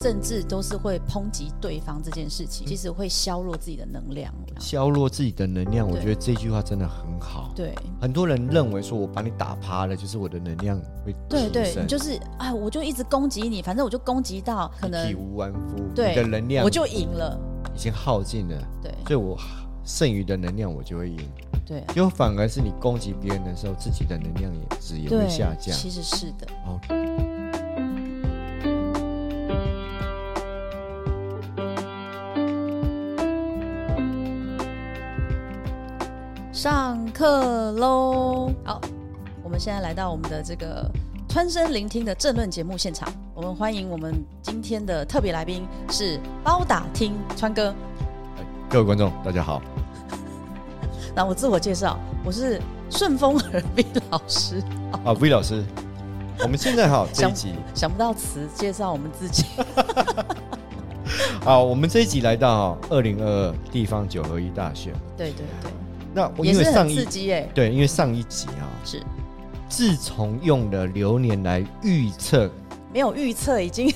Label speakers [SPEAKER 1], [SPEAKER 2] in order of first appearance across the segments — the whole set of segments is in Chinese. [SPEAKER 1] 政治都是会抨击对方这件事情，
[SPEAKER 2] 嗯
[SPEAKER 1] 其实会削弱自己的能量。
[SPEAKER 2] 削弱自己的能量，我
[SPEAKER 1] 对
[SPEAKER 2] 觉得这句话真的很好。
[SPEAKER 1] 对
[SPEAKER 2] 很多人认为说我把你打趴了，就是我的能量会
[SPEAKER 1] 对对
[SPEAKER 2] 提，升
[SPEAKER 1] 你就是哎，我就一直攻击你，反正我就攻击到可
[SPEAKER 2] 体
[SPEAKER 1] 能
[SPEAKER 2] 无完肤，
[SPEAKER 1] 对
[SPEAKER 2] 你的能量
[SPEAKER 1] 我就赢了。
[SPEAKER 2] 已经耗尽了，
[SPEAKER 1] 对
[SPEAKER 2] 所以我剩余的能量我就会赢。
[SPEAKER 1] 对
[SPEAKER 2] 因为反而是你攻击别人的时候，自己的能量也值也会
[SPEAKER 1] 对
[SPEAKER 2] 下，降。
[SPEAKER 1] 其实是的。
[SPEAKER 2] 哦，
[SPEAKER 1] 上课喽！好，我们现在来到我们的这个穿身聆听的政论节目现场，我们欢迎我们今天的特别来宾是包打听川哥。
[SPEAKER 2] 哎各位观众大家好，
[SPEAKER 1] 那我自我介绍，我是顺风耳鼻老师。
[SPEAKER 2] 啊，V 老师，我们现 在哈这一
[SPEAKER 1] 哦想
[SPEAKER 2] 集
[SPEAKER 1] 想不到词介绍我们自己，
[SPEAKER 2] 啊，我们这一集来到哈二零二二地方九合一大选，
[SPEAKER 1] 对对对，
[SPEAKER 2] 那我
[SPEAKER 1] 也
[SPEAKER 2] 因为
[SPEAKER 1] 是
[SPEAKER 2] 上
[SPEAKER 1] 很
[SPEAKER 2] 一
[SPEAKER 1] 刺激哎、
[SPEAKER 2] 对，因为上一集啊，
[SPEAKER 1] 是
[SPEAKER 2] 自从用了流年来预测，
[SPEAKER 1] 没有预测，已经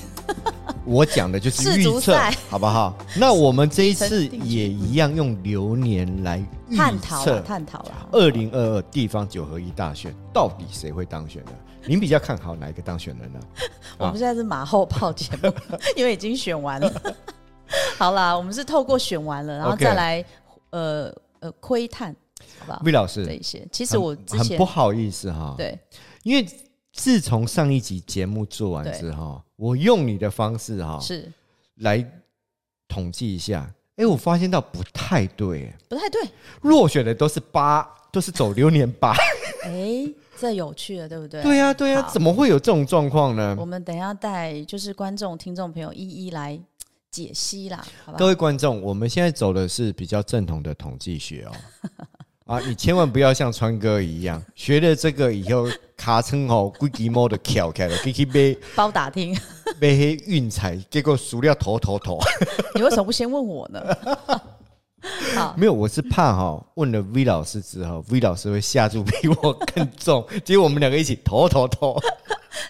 [SPEAKER 2] 我讲的就
[SPEAKER 1] 世
[SPEAKER 2] 是预
[SPEAKER 1] 足
[SPEAKER 2] 测
[SPEAKER 1] 赛，
[SPEAKER 2] 好不 好？那我们这一
[SPEAKER 1] 成
[SPEAKER 2] 次
[SPEAKER 1] 定局
[SPEAKER 2] 也一样用流年来预
[SPEAKER 1] 探讨了，
[SPEAKER 2] 测啊
[SPEAKER 1] 探讨了。
[SPEAKER 2] 二零二二地方九合一大选到底谁会当选呢？您比较看好哪一个当选人呢？
[SPEAKER 1] 我们现在是马后炮节 目，因为已经选完了。 好啦，我们是透过选完了，然后
[SPEAKER 2] OK
[SPEAKER 1] 再来呃呃窥探，好不好？
[SPEAKER 2] 魏老
[SPEAKER 1] 这
[SPEAKER 2] 师，
[SPEAKER 1] 一些，其实
[SPEAKER 2] 很
[SPEAKER 1] 我之
[SPEAKER 2] 很
[SPEAKER 1] 前
[SPEAKER 2] 不好意思哈，，
[SPEAKER 1] 对
[SPEAKER 2] 因为自从上一集节目做完之后，我用你的方式哈
[SPEAKER 1] 是
[SPEAKER 2] 来统计一下，哎，我发现到不太对，哎
[SPEAKER 1] 不太对，
[SPEAKER 2] 落选的都是八，都是走流年八。
[SPEAKER 1] 哎，这有趣了，对不对？
[SPEAKER 2] 对啊呀、对呀、
[SPEAKER 1] 好
[SPEAKER 2] 怎么会有这种状况呢
[SPEAKER 1] 我？们等一下带就是观众、听众朋友一一来解析啦，好不
[SPEAKER 2] 各
[SPEAKER 1] 好？
[SPEAKER 2] 位观众，我们现在走的是比较正统的统计学 哦。啊，你千万不要像川哥一样， 学了这个以后，卡称吼龟鸡猫的翘开了，龟鸡被
[SPEAKER 1] 包打听，
[SPEAKER 2] 被黑运彩，结果输掉头头 头。
[SPEAKER 1] 你为什么不先问我呢？ 好，
[SPEAKER 2] 没有，我是怕哈、哦问了 V 老师之后，V 老师会下注比我更 重，结果我们两个一起头头头。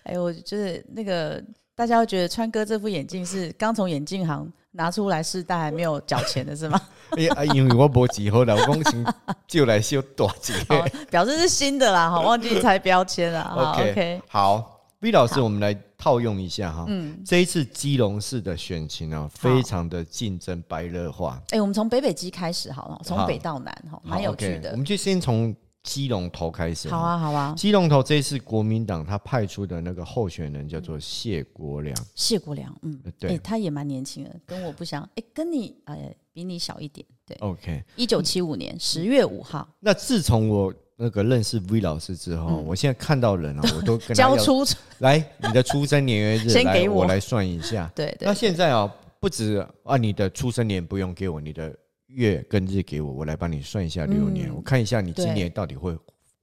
[SPEAKER 1] 哎，我就是那个大家会觉得川哥这副眼镜是刚从眼镜行拿出来试戴，还没有缴钱的是 吗？
[SPEAKER 2] 哎、啊因为我没几后老公请就来修大 几个。
[SPEAKER 1] 好，哦表示是新的啦，好，忘记拆标签了。好
[SPEAKER 2] OK，,
[SPEAKER 1] ，OK，
[SPEAKER 2] 好，V 老师，我们来套用一下哈。嗯，这一次基隆市的选情呢、非常的竞争白热化，
[SPEAKER 1] 哎，我们从北北基开始好了，从
[SPEAKER 2] 好
[SPEAKER 1] 北到南哈，
[SPEAKER 2] 好
[SPEAKER 1] 蛮有
[SPEAKER 2] OK，
[SPEAKER 1] 趣的
[SPEAKER 2] 我。们就先从基隆头开始。
[SPEAKER 1] 好。啊，好啊，
[SPEAKER 2] 基隆头这一次国民党他派出的那个候选人叫
[SPEAKER 1] 嗯
[SPEAKER 2] 做谢国良，
[SPEAKER 1] 谢国良，嗯，
[SPEAKER 2] 对
[SPEAKER 1] 哎他也蛮年轻的，跟我不相，哎，跟你呃比你小一点，对，
[SPEAKER 2] OK，
[SPEAKER 1] 一九七五年十月五号
[SPEAKER 2] 那自从我那个认识 V 老师之后，我现在看到人啊，我都跟他
[SPEAKER 1] 嗯交
[SPEAKER 2] 要
[SPEAKER 1] 出，
[SPEAKER 2] 来你的出生年月日，
[SPEAKER 1] 先
[SPEAKER 2] 来
[SPEAKER 1] 给我
[SPEAKER 2] 我来算一下。
[SPEAKER 1] 对对
[SPEAKER 2] 那现在啊、不止啊，你的出生年不用给我，你的月跟日给我，我来帮你算一下流年，
[SPEAKER 1] 嗯
[SPEAKER 2] 我看一下你
[SPEAKER 1] 对
[SPEAKER 2] 今年到底会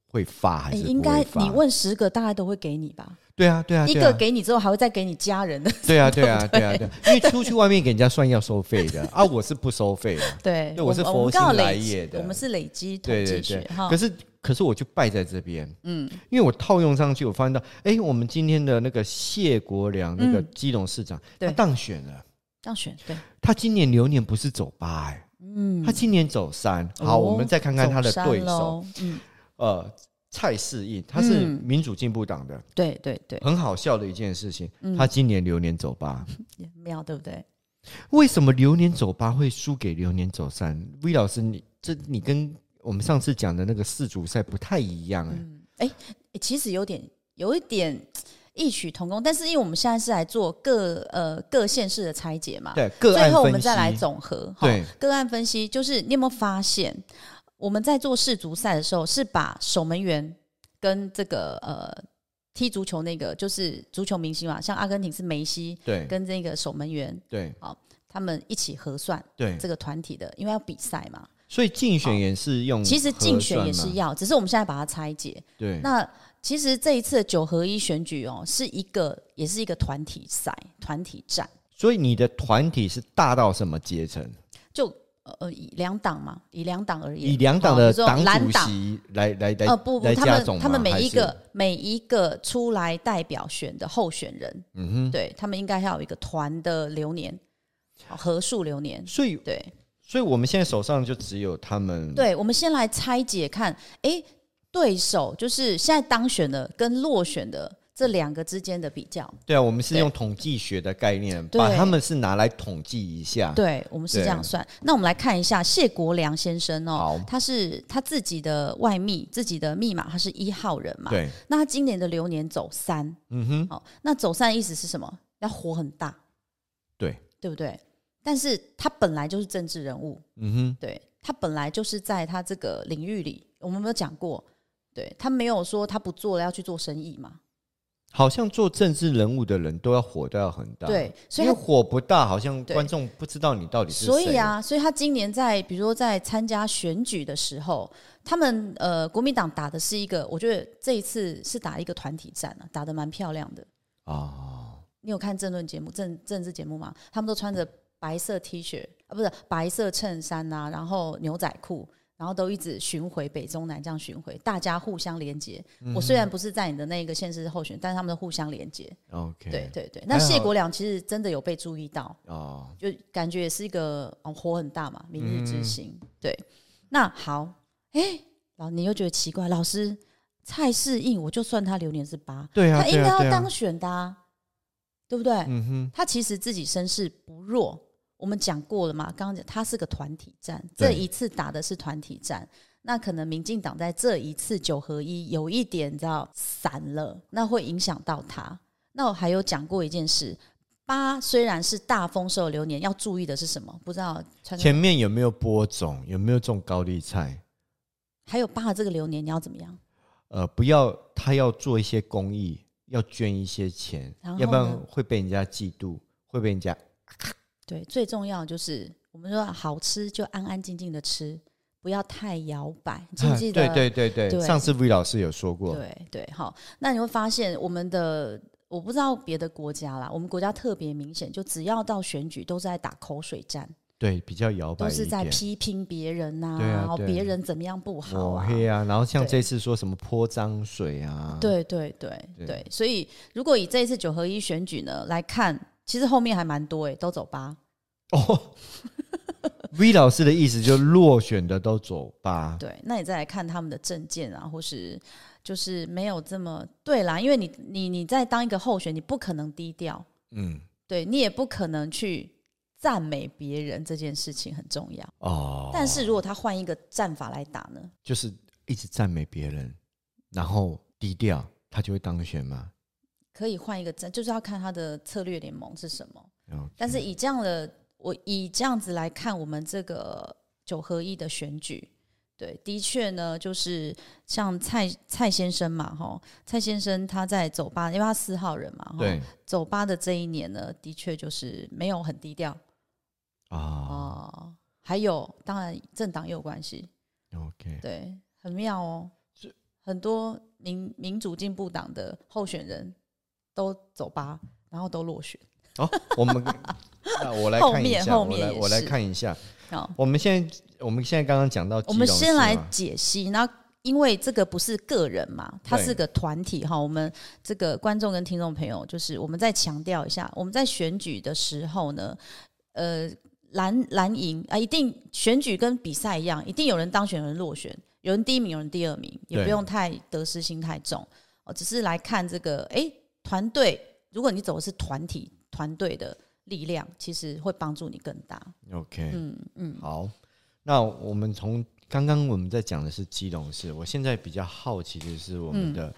[SPEAKER 2] 会发还
[SPEAKER 1] 哎
[SPEAKER 2] 是
[SPEAKER 1] 应
[SPEAKER 2] 不
[SPEAKER 1] 该
[SPEAKER 2] 会发。
[SPEAKER 1] 你问十个大概都会给你吧，
[SPEAKER 2] 对啊，对啊，
[SPEAKER 1] 一
[SPEAKER 2] 对
[SPEAKER 1] 个
[SPEAKER 2] 啊，
[SPEAKER 1] 给你之后还会再给你家人的，
[SPEAKER 2] 对啊，对啊，对啊，对啊，因为出去外面给人家算要收费的啊，我是不收费 的。
[SPEAKER 1] 对，
[SPEAKER 2] 对
[SPEAKER 1] 我
[SPEAKER 2] 我是
[SPEAKER 1] 们我们
[SPEAKER 2] 佛
[SPEAKER 1] 刚好
[SPEAKER 2] 心来
[SPEAKER 1] 累积
[SPEAKER 2] 也的
[SPEAKER 1] 我们是累积统
[SPEAKER 2] 对对
[SPEAKER 1] 计学
[SPEAKER 2] 对，
[SPEAKER 1] 哈
[SPEAKER 2] 可，是可是我就败在这边，嗯，因为我套用上去，我发现到，哎，我们今天的那个谢国良那个基隆市长，
[SPEAKER 1] 嗯对
[SPEAKER 2] 他当选了。
[SPEAKER 1] 这样选对，
[SPEAKER 2] 他今年流年不是走八哎、
[SPEAKER 1] 嗯哦
[SPEAKER 2] 他，今年走三。好，我们再看看他的对
[SPEAKER 1] 走山
[SPEAKER 2] 手，
[SPEAKER 1] 咯，嗯，
[SPEAKER 2] 呃，蔡世应，他是
[SPEAKER 1] 嗯
[SPEAKER 2] 民主进步党的，
[SPEAKER 1] 对对对，
[SPEAKER 2] 很好笑的一件事情。
[SPEAKER 1] 嗯
[SPEAKER 2] 他今年流年走八，
[SPEAKER 1] 也妙对不对？
[SPEAKER 2] 为什么流年走八会输给流年走三？V 老师，你这你跟我们上次讲的那个世足赛不太一样哎、
[SPEAKER 1] 欸其实有点有一点异曲同工，但是因为我们现在是来做各呃各县市的拆解嘛，
[SPEAKER 2] 对，个
[SPEAKER 1] 最
[SPEAKER 2] 案
[SPEAKER 1] 后我
[SPEAKER 2] 分
[SPEAKER 1] 们
[SPEAKER 2] 析，
[SPEAKER 1] 再来总和哈。
[SPEAKER 2] 对
[SPEAKER 1] 个案分析就是你有没有发现，我们在做世足赛的时候是把守门员跟这个呃踢足球那个就是足球明星嘛，像阿根廷是梅西
[SPEAKER 2] 对
[SPEAKER 1] 跟这个守门员
[SPEAKER 2] 对
[SPEAKER 1] 他们一起核算
[SPEAKER 2] 对，
[SPEAKER 1] 这个团体的，因为要比赛嘛。
[SPEAKER 2] 所以竞选也是用核算嘛，
[SPEAKER 1] 其实竞选也是要，只是我们现在把它拆解。
[SPEAKER 2] 对
[SPEAKER 1] 那其实这一次的九合一选举哦，是一个也是一个团体赛、团体战，
[SPEAKER 2] 所以你的团体是大到什么阶层？
[SPEAKER 1] 就呃呃以两党嘛，以两党而言，
[SPEAKER 2] 以两党的
[SPEAKER 1] 好比如哦说
[SPEAKER 2] 党
[SPEAKER 1] 蓝
[SPEAKER 2] 主席来来来
[SPEAKER 1] 呃不
[SPEAKER 2] 来
[SPEAKER 1] 不，他
[SPEAKER 2] 加
[SPEAKER 1] 们
[SPEAKER 2] 总吗
[SPEAKER 1] 他们每一
[SPEAKER 2] 还
[SPEAKER 1] 个
[SPEAKER 2] 是
[SPEAKER 1] 每一个出来代表选的候选人，
[SPEAKER 2] 嗯
[SPEAKER 1] 对他们应该要有一个团的流年，好合数流年
[SPEAKER 2] 哼，，所以
[SPEAKER 1] 对。
[SPEAKER 2] 所以我们现在手上就只有他们
[SPEAKER 1] 对，我们先来拆解看，诶，对手就是现在当选的跟落选的这两个之间的比较。
[SPEAKER 2] 对啊，我们是
[SPEAKER 1] 对
[SPEAKER 2] 用统计学的概念，
[SPEAKER 1] 对
[SPEAKER 2] 把他们是拿来统计一下。
[SPEAKER 1] 对，我们是这样
[SPEAKER 2] 啊对
[SPEAKER 1] 算。那我们来看一下谢国良先生哦
[SPEAKER 2] 好，
[SPEAKER 1] 他是他自己的外密，自己的密码，他是一号人嘛。
[SPEAKER 2] 对，
[SPEAKER 1] 那他今年的流年走三，
[SPEAKER 2] 嗯哼，
[SPEAKER 1] 哦，那走散的意思是什么？要火很大，
[SPEAKER 2] 对，
[SPEAKER 1] 对不对？但是他本来就是政治人物，
[SPEAKER 2] 嗯哼，
[SPEAKER 1] 对他本来就是在他这个领域里，我们有没有讲过？对他没有说他不做了要去做生意嘛？
[SPEAKER 2] 好像做政治人物的人都要火都要很大，，
[SPEAKER 1] 对，所
[SPEAKER 2] 啊因
[SPEAKER 1] 以
[SPEAKER 2] 为
[SPEAKER 1] 他
[SPEAKER 2] 火不大，好像
[SPEAKER 1] 对
[SPEAKER 2] 观众不知道你到底是谁。
[SPEAKER 1] 所以，啊，所以他今年在比如说在参加选举的时候，他们呃国民党打的是一个，我觉得这一次是打一个团体战啊，打得蛮漂亮的。
[SPEAKER 2] 哦，
[SPEAKER 1] 你有看政论节目、政政治节目吗？他们都穿着白色 T 恤啊，不是白色衬衫呐、然后牛仔裤，然后都一直巡回北中南这样巡回，大家互相连接。
[SPEAKER 2] 嗯
[SPEAKER 1] 我虽然不是在你的那个县市候选，但是他们都互相连接。
[SPEAKER 2] OK，
[SPEAKER 1] 对，对对，那
[SPEAKER 2] 还好
[SPEAKER 1] 谢国良其实真的有被注意到，
[SPEAKER 2] 哦，
[SPEAKER 1] 就感觉也是一个哦火很大嘛，明
[SPEAKER 2] 嗯
[SPEAKER 1] 日之星。对，那好，哎、老你又觉得奇怪，老师蔡世应，我就算他流年是八、
[SPEAKER 2] 对啊，
[SPEAKER 1] 他应该
[SPEAKER 2] 对啊对
[SPEAKER 1] 要
[SPEAKER 2] 啊
[SPEAKER 1] 当选的、啊，对不对？
[SPEAKER 2] 嗯哼，
[SPEAKER 1] 他其实自己身世不弱，我们讲过了嘛，刚刚讲他是个团体战，这
[SPEAKER 2] 对
[SPEAKER 1] 一次打的是团体战。那可能民进党在这一次九合一有一点你知道散了，那会影响到他。那我还有讲过一件事，八虽然是大丰收的流年，要注意的是什么？不知道川哥
[SPEAKER 2] 前面有没有播种？有没有种高丽菜？
[SPEAKER 1] 还有八的这个流年你要怎么样？
[SPEAKER 2] 呃，不要他要做一些公益，要捐一些钱
[SPEAKER 1] 然，
[SPEAKER 2] 要
[SPEAKER 1] 后
[SPEAKER 2] 不然
[SPEAKER 1] 呢
[SPEAKER 2] 会被人家嫉妒，会被人家
[SPEAKER 1] 对，最重要的就是我们说好吃就安安静静的吃，不要太摇摆，你记不记得？
[SPEAKER 2] 哎对啊对对对，
[SPEAKER 1] 对
[SPEAKER 2] 上次 V 老师有说过，
[SPEAKER 1] 对对，好，那你会发现我们的。我不知道别的国家啦，我们国家特别明显，就只要到选举都是在打口水战，
[SPEAKER 2] 对比较摇摆
[SPEAKER 1] 都
[SPEAKER 2] 一
[SPEAKER 1] 是在
[SPEAKER 2] 点。
[SPEAKER 1] 批评别人呐、
[SPEAKER 2] 对啊
[SPEAKER 1] 然后
[SPEAKER 2] 对
[SPEAKER 1] 别人怎么样不好
[SPEAKER 2] 抹
[SPEAKER 1] 啊，
[SPEAKER 2] 黑啊，然后像
[SPEAKER 1] 对
[SPEAKER 2] 这次说什么泼脏水啊，，
[SPEAKER 1] 对对对
[SPEAKER 2] 对
[SPEAKER 1] 对，所以如果以这一次九合一选举呢来看，其实后面还蛮多诶、都走八，
[SPEAKER 2] 哦，V 老师的意思就是落选的都走吧，
[SPEAKER 1] 对，那你再来看他们的证件啊，或是就是没有这么对啦，因为你你你在当一个候选，你不可能低调，
[SPEAKER 2] 嗯，
[SPEAKER 1] 对你也不可能去赞美别人这件事情很重要。
[SPEAKER 2] 哦，
[SPEAKER 1] 但是如果他换一个战法来打呢？
[SPEAKER 2] 就是一直赞美别人，然后低调，他就会当选嘛。
[SPEAKER 1] 可以换一个战，就是要看他的策略联盟是什么。
[SPEAKER 2] OK
[SPEAKER 1] 但是以这样的我以这样子来看，我们这个九合一的选举，对，的确呢，就是像蔡蔡先生嘛，哈，蔡先生他在走吧，因为他四号人嘛，齁
[SPEAKER 2] 对
[SPEAKER 1] 走吧的这一年呢，的确就是没有很低调
[SPEAKER 2] 啊、
[SPEAKER 1] 哦、还有，当然政党也有关系，
[SPEAKER 2] o k
[SPEAKER 1] 对，很妙哦。很多民民主进步党的候选人都走吧，然后都落选。
[SPEAKER 2] 哦，我们那我来
[SPEAKER 1] 后
[SPEAKER 2] 看一
[SPEAKER 1] 面
[SPEAKER 2] 下，
[SPEAKER 1] 后
[SPEAKER 2] 我
[SPEAKER 1] 面
[SPEAKER 2] 来
[SPEAKER 1] 也
[SPEAKER 2] 我来
[SPEAKER 1] 是
[SPEAKER 2] 看一下，
[SPEAKER 1] 好，
[SPEAKER 2] 我们现在我们现在刚刚讲到基
[SPEAKER 1] 我
[SPEAKER 2] 隆
[SPEAKER 1] 们
[SPEAKER 2] 市
[SPEAKER 1] 先来
[SPEAKER 2] 嘛
[SPEAKER 1] 解析，那因为这个不是个人嘛，它
[SPEAKER 2] 对
[SPEAKER 1] 是个团体哈。我们这个观众跟听众朋友，就是我们再强调一下，我们在选举的时候呢，呃，蓝蓝营啊，一定选举跟比赛一样，一定有人当选，有人落选，有人第一名，有人第二名，也
[SPEAKER 2] 对
[SPEAKER 1] 不用太得失心太重哦，只是来看这个诶团队，如果你走的是团体团队的力量，其实会帮助你更大。
[SPEAKER 2] OK，
[SPEAKER 1] 嗯嗯，
[SPEAKER 2] 好，那我们从刚刚我们在讲的是基隆市，我现在比较好奇的是我
[SPEAKER 1] 嗯
[SPEAKER 2] 们的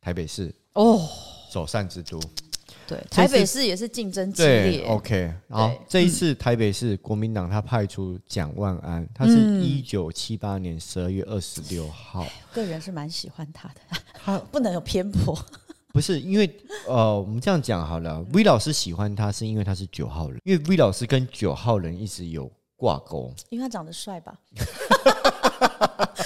[SPEAKER 2] 台北市
[SPEAKER 1] 哦，
[SPEAKER 2] 首善之都。
[SPEAKER 1] 对，
[SPEAKER 2] 这
[SPEAKER 1] 台北
[SPEAKER 2] 次
[SPEAKER 1] 市也是哦竞争激
[SPEAKER 2] 对
[SPEAKER 1] 烈。
[SPEAKER 2] ，OK，好
[SPEAKER 1] 对，嗯
[SPEAKER 2] 这一次台北市国民党他派出蒋万安，他是
[SPEAKER 1] 嗯
[SPEAKER 2] 一九七八年十二月二十六号，
[SPEAKER 1] 个人是蛮喜欢他的，
[SPEAKER 2] 他
[SPEAKER 1] 不能有偏颇。
[SPEAKER 2] 不是因为呃，我们这样讲好了，V 老师喜欢他是因为他是九号人，因为 V 老师跟九号人一直有挂钩。
[SPEAKER 1] 因为他长得帅吧？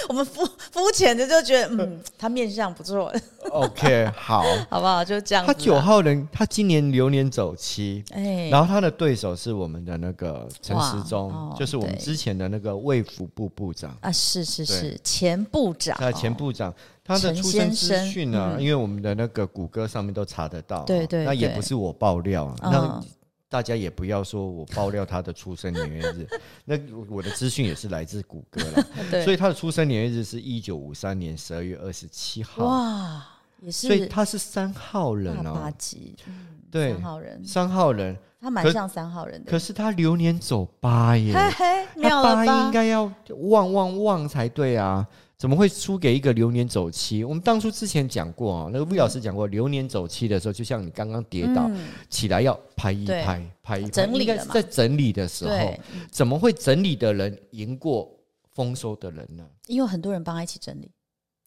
[SPEAKER 1] 我们肤肤浅的就觉得，嗯，他面相不错，
[SPEAKER 2] OK，好，
[SPEAKER 1] 好不好？就这样子
[SPEAKER 2] 他
[SPEAKER 1] 啊。
[SPEAKER 2] 九号人，他今年流年走七，
[SPEAKER 1] 哎，
[SPEAKER 2] 然后他的对手是我们的那个陈时中，
[SPEAKER 1] 哇哦
[SPEAKER 2] 就是我们
[SPEAKER 1] 对
[SPEAKER 2] 之前的那个卫福部部长。
[SPEAKER 1] 啊，是是是，前部长
[SPEAKER 2] 他，前部长，他的
[SPEAKER 1] 陈
[SPEAKER 2] 出生
[SPEAKER 1] 先
[SPEAKER 2] 资
[SPEAKER 1] 生
[SPEAKER 2] 讯呢、
[SPEAKER 1] 嗯
[SPEAKER 2] 因为我们的那个谷歌上面都查得到、啊
[SPEAKER 1] 对对
[SPEAKER 2] 那也
[SPEAKER 1] 对
[SPEAKER 2] 不是我爆料啊，那
[SPEAKER 1] 嗯
[SPEAKER 2] 大家也不要说我爆料他的出生年月 日，那我的资讯也是来自谷歌了，
[SPEAKER 1] 对，
[SPEAKER 2] 所以他的出生年月日是一九五三年十二月二十七号，
[SPEAKER 1] 哇，也
[SPEAKER 2] 所以
[SPEAKER 1] 是
[SPEAKER 2] 他是三号人
[SPEAKER 1] 大八
[SPEAKER 2] 哦，
[SPEAKER 1] 级，嗯
[SPEAKER 2] 对
[SPEAKER 1] 三号人，
[SPEAKER 2] 三号人，
[SPEAKER 1] 他蛮
[SPEAKER 2] 可
[SPEAKER 1] 像三号人的，
[SPEAKER 2] 可是他流年走八耶，
[SPEAKER 1] 嘿嘿，
[SPEAKER 2] 他
[SPEAKER 1] 妙了
[SPEAKER 2] 八应
[SPEAKER 1] 吧？
[SPEAKER 2] 该要旺旺旺才对啊，怎么会输给一个流年走七？我们当初之前讲过啊，那个魏老师讲过，流年走七的时候，就像你刚刚跌倒、
[SPEAKER 1] 嗯
[SPEAKER 2] 起来要拍一
[SPEAKER 1] 对
[SPEAKER 2] 拍，拍一拍，
[SPEAKER 1] 整理
[SPEAKER 2] 应该
[SPEAKER 1] 了
[SPEAKER 2] 是
[SPEAKER 1] 嘛
[SPEAKER 2] 在整理的时候
[SPEAKER 1] 对，，
[SPEAKER 2] 怎么会整理的人赢过丰收的人呢？
[SPEAKER 1] 因为很多人帮他一起整理，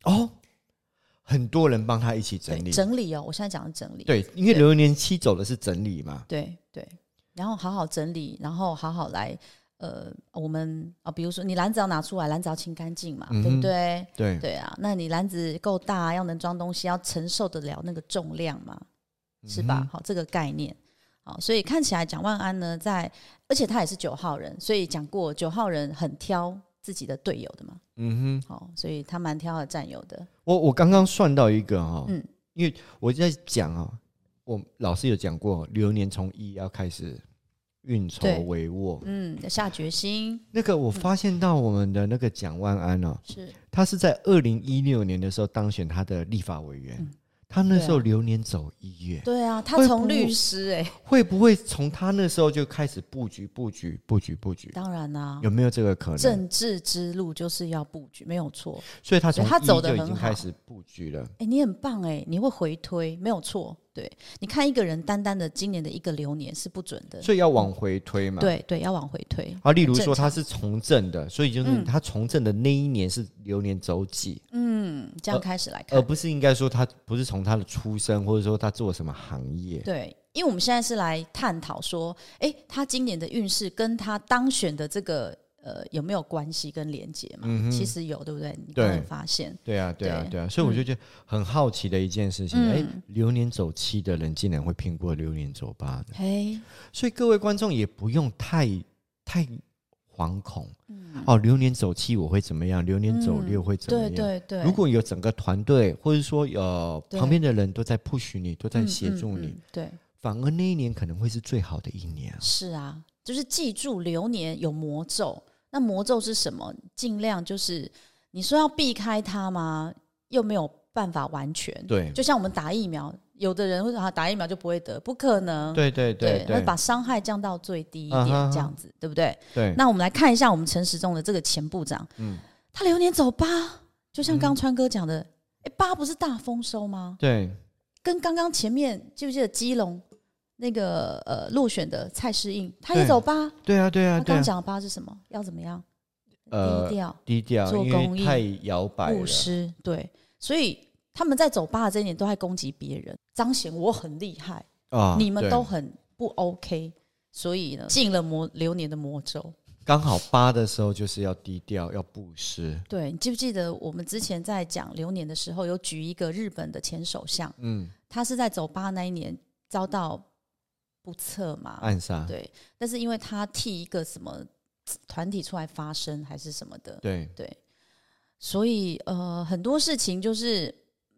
[SPEAKER 2] 哦，很多人帮他一起整
[SPEAKER 1] 对，
[SPEAKER 2] 理，
[SPEAKER 1] 整理哦，我现在讲的整理，
[SPEAKER 2] 对，因为
[SPEAKER 1] 对
[SPEAKER 2] 流年七走的是整理嘛，
[SPEAKER 1] 对对，然后好好整理，然后好好来，呃，我们啊、比如说你篮子要拿出来，篮子要清干净嘛，对
[SPEAKER 2] 嗯哼
[SPEAKER 1] 不对？
[SPEAKER 2] 对，
[SPEAKER 1] 对啊，那你篮子够大，啊要能装东西，要承受得了那个重量嘛，是吧
[SPEAKER 2] 嗯？
[SPEAKER 1] 好、这个概念。好，所以看起来蒋万安呢，在而且他也是九号人，所以讲过九号人很挑自己的队友的嘛。
[SPEAKER 2] 嗯哼。
[SPEAKER 1] 好、所以他蛮挑的战友的。
[SPEAKER 2] 我我刚刚算到一个哈、
[SPEAKER 1] 嗯
[SPEAKER 2] 因为我在讲啊、我老师有讲过，流年从一要开始运筹
[SPEAKER 1] 对
[SPEAKER 2] 帷幄。
[SPEAKER 1] 嗯，下决心
[SPEAKER 2] 那个我发现到我们的那个蒋万安哦，
[SPEAKER 1] 是
[SPEAKER 2] 他是在二零一六年的时候当选他的立法委
[SPEAKER 1] 嗯
[SPEAKER 2] 员，他那时
[SPEAKER 1] 啊
[SPEAKER 2] 候流年走一月，
[SPEAKER 1] 对啊，他
[SPEAKER 2] 会不
[SPEAKER 1] 从律师哎、
[SPEAKER 2] 会不会从他那时候就开始布局布局布局布局？
[SPEAKER 1] 当然啦、
[SPEAKER 2] 有没有这个可能？
[SPEAKER 1] 政治之路就是要布局，没有错。
[SPEAKER 2] 所以他从
[SPEAKER 1] 对他
[SPEAKER 2] 一
[SPEAKER 1] 走得
[SPEAKER 2] 就已
[SPEAKER 1] 很
[SPEAKER 2] 经
[SPEAKER 1] 好
[SPEAKER 2] 开始布局了。
[SPEAKER 1] 哎、你很棒哎、你会回推，没有错。对，你看一个人单单的今年的一个流年是不准的，
[SPEAKER 2] 所以要往回推嘛。
[SPEAKER 1] 对对，要往回推。
[SPEAKER 2] 啊，例如
[SPEAKER 1] 正
[SPEAKER 2] 说
[SPEAKER 1] 常
[SPEAKER 2] 他是从政的，所以就是他从政的那一年是流年走几，
[SPEAKER 1] 嗯，这样开始来看，
[SPEAKER 2] 而不是应该说他不是从他的出身，或者说他做什么行业。
[SPEAKER 1] 对，因为我们现在是来探讨说，哎、他今年的运势跟他当选的这个呃有没有关系跟连接嘛？其实有，对不对？你
[SPEAKER 2] 对
[SPEAKER 1] 刚才发现，
[SPEAKER 2] 嗯对啊，对啊，
[SPEAKER 1] 对嗯
[SPEAKER 2] 对啊，所以我就觉得很好奇的一件事情，哎、流年走七的人竟然会骗过流年走八的，
[SPEAKER 1] 嘿，
[SPEAKER 2] 所以各位观众也不用太太惶恐。
[SPEAKER 1] 嗯
[SPEAKER 2] 哦，流年走七我会怎么样？流年走六会怎么
[SPEAKER 1] 对
[SPEAKER 2] 样？
[SPEAKER 1] 嗯对对，
[SPEAKER 2] 如果有整个团队，或者说呃
[SPEAKER 1] 对
[SPEAKER 2] 旁边的人都在 push 你，都在
[SPEAKER 1] 嗯
[SPEAKER 2] 协助
[SPEAKER 1] 嗯
[SPEAKER 2] 你，
[SPEAKER 1] 嗯对，
[SPEAKER 2] 反而那一年可能会是最好的一年啊。
[SPEAKER 1] 是啊，就是记住流年有魔咒，那魔咒是什么？尽量就是你说要避开它吗？又没有办法完全。
[SPEAKER 2] 对，
[SPEAKER 1] 就像我们打疫苗，有的人会说啊，打疫苗就不会得，不可能。
[SPEAKER 2] 对对对
[SPEAKER 1] 那
[SPEAKER 2] 对
[SPEAKER 1] 把伤害降到最低一点，
[SPEAKER 2] 啊哈哈
[SPEAKER 1] 这样子对不对？
[SPEAKER 2] 对，
[SPEAKER 1] 那我们来看一下我们陈时中的这个前部长，
[SPEAKER 2] 嗯
[SPEAKER 1] 他流年走八，就像刚刚川哥讲的，哎、八不是大丰收吗？
[SPEAKER 2] 对，
[SPEAKER 1] 跟刚刚前面记不记得基隆那个呃落选的蔡适应，他也
[SPEAKER 2] 对
[SPEAKER 1] 走八，
[SPEAKER 2] 对啊对
[SPEAKER 1] 他
[SPEAKER 2] 啊对
[SPEAKER 1] 刚
[SPEAKER 2] 啊，
[SPEAKER 1] 讲的八是什么？要怎么样？
[SPEAKER 2] 呃
[SPEAKER 1] 低调、
[SPEAKER 2] 低调，
[SPEAKER 1] 做
[SPEAKER 2] 因
[SPEAKER 1] 公
[SPEAKER 2] 为
[SPEAKER 1] 益
[SPEAKER 2] 太摇摆了
[SPEAKER 1] 务。实，对，所以他们在走八的这一年都在攻击别人，彰显我很厉害，
[SPEAKER 2] 啊
[SPEAKER 1] 你们
[SPEAKER 2] 对
[SPEAKER 1] 都很不 OK，所以呢，进了魔流年的魔咒。
[SPEAKER 2] 刚好八的时候就是要低调，要布施。
[SPEAKER 1] 对你记不记得我们之前在讲流年的时候，有举一个日本的前首相，
[SPEAKER 2] 嗯，
[SPEAKER 1] 他是在走八那一年遭到不测嘛，
[SPEAKER 2] 暗杀，
[SPEAKER 1] 啊对，但是因为他替一个什么团体出来发声还是什么的，
[SPEAKER 2] 对
[SPEAKER 1] 对，所以呃，很多事情就是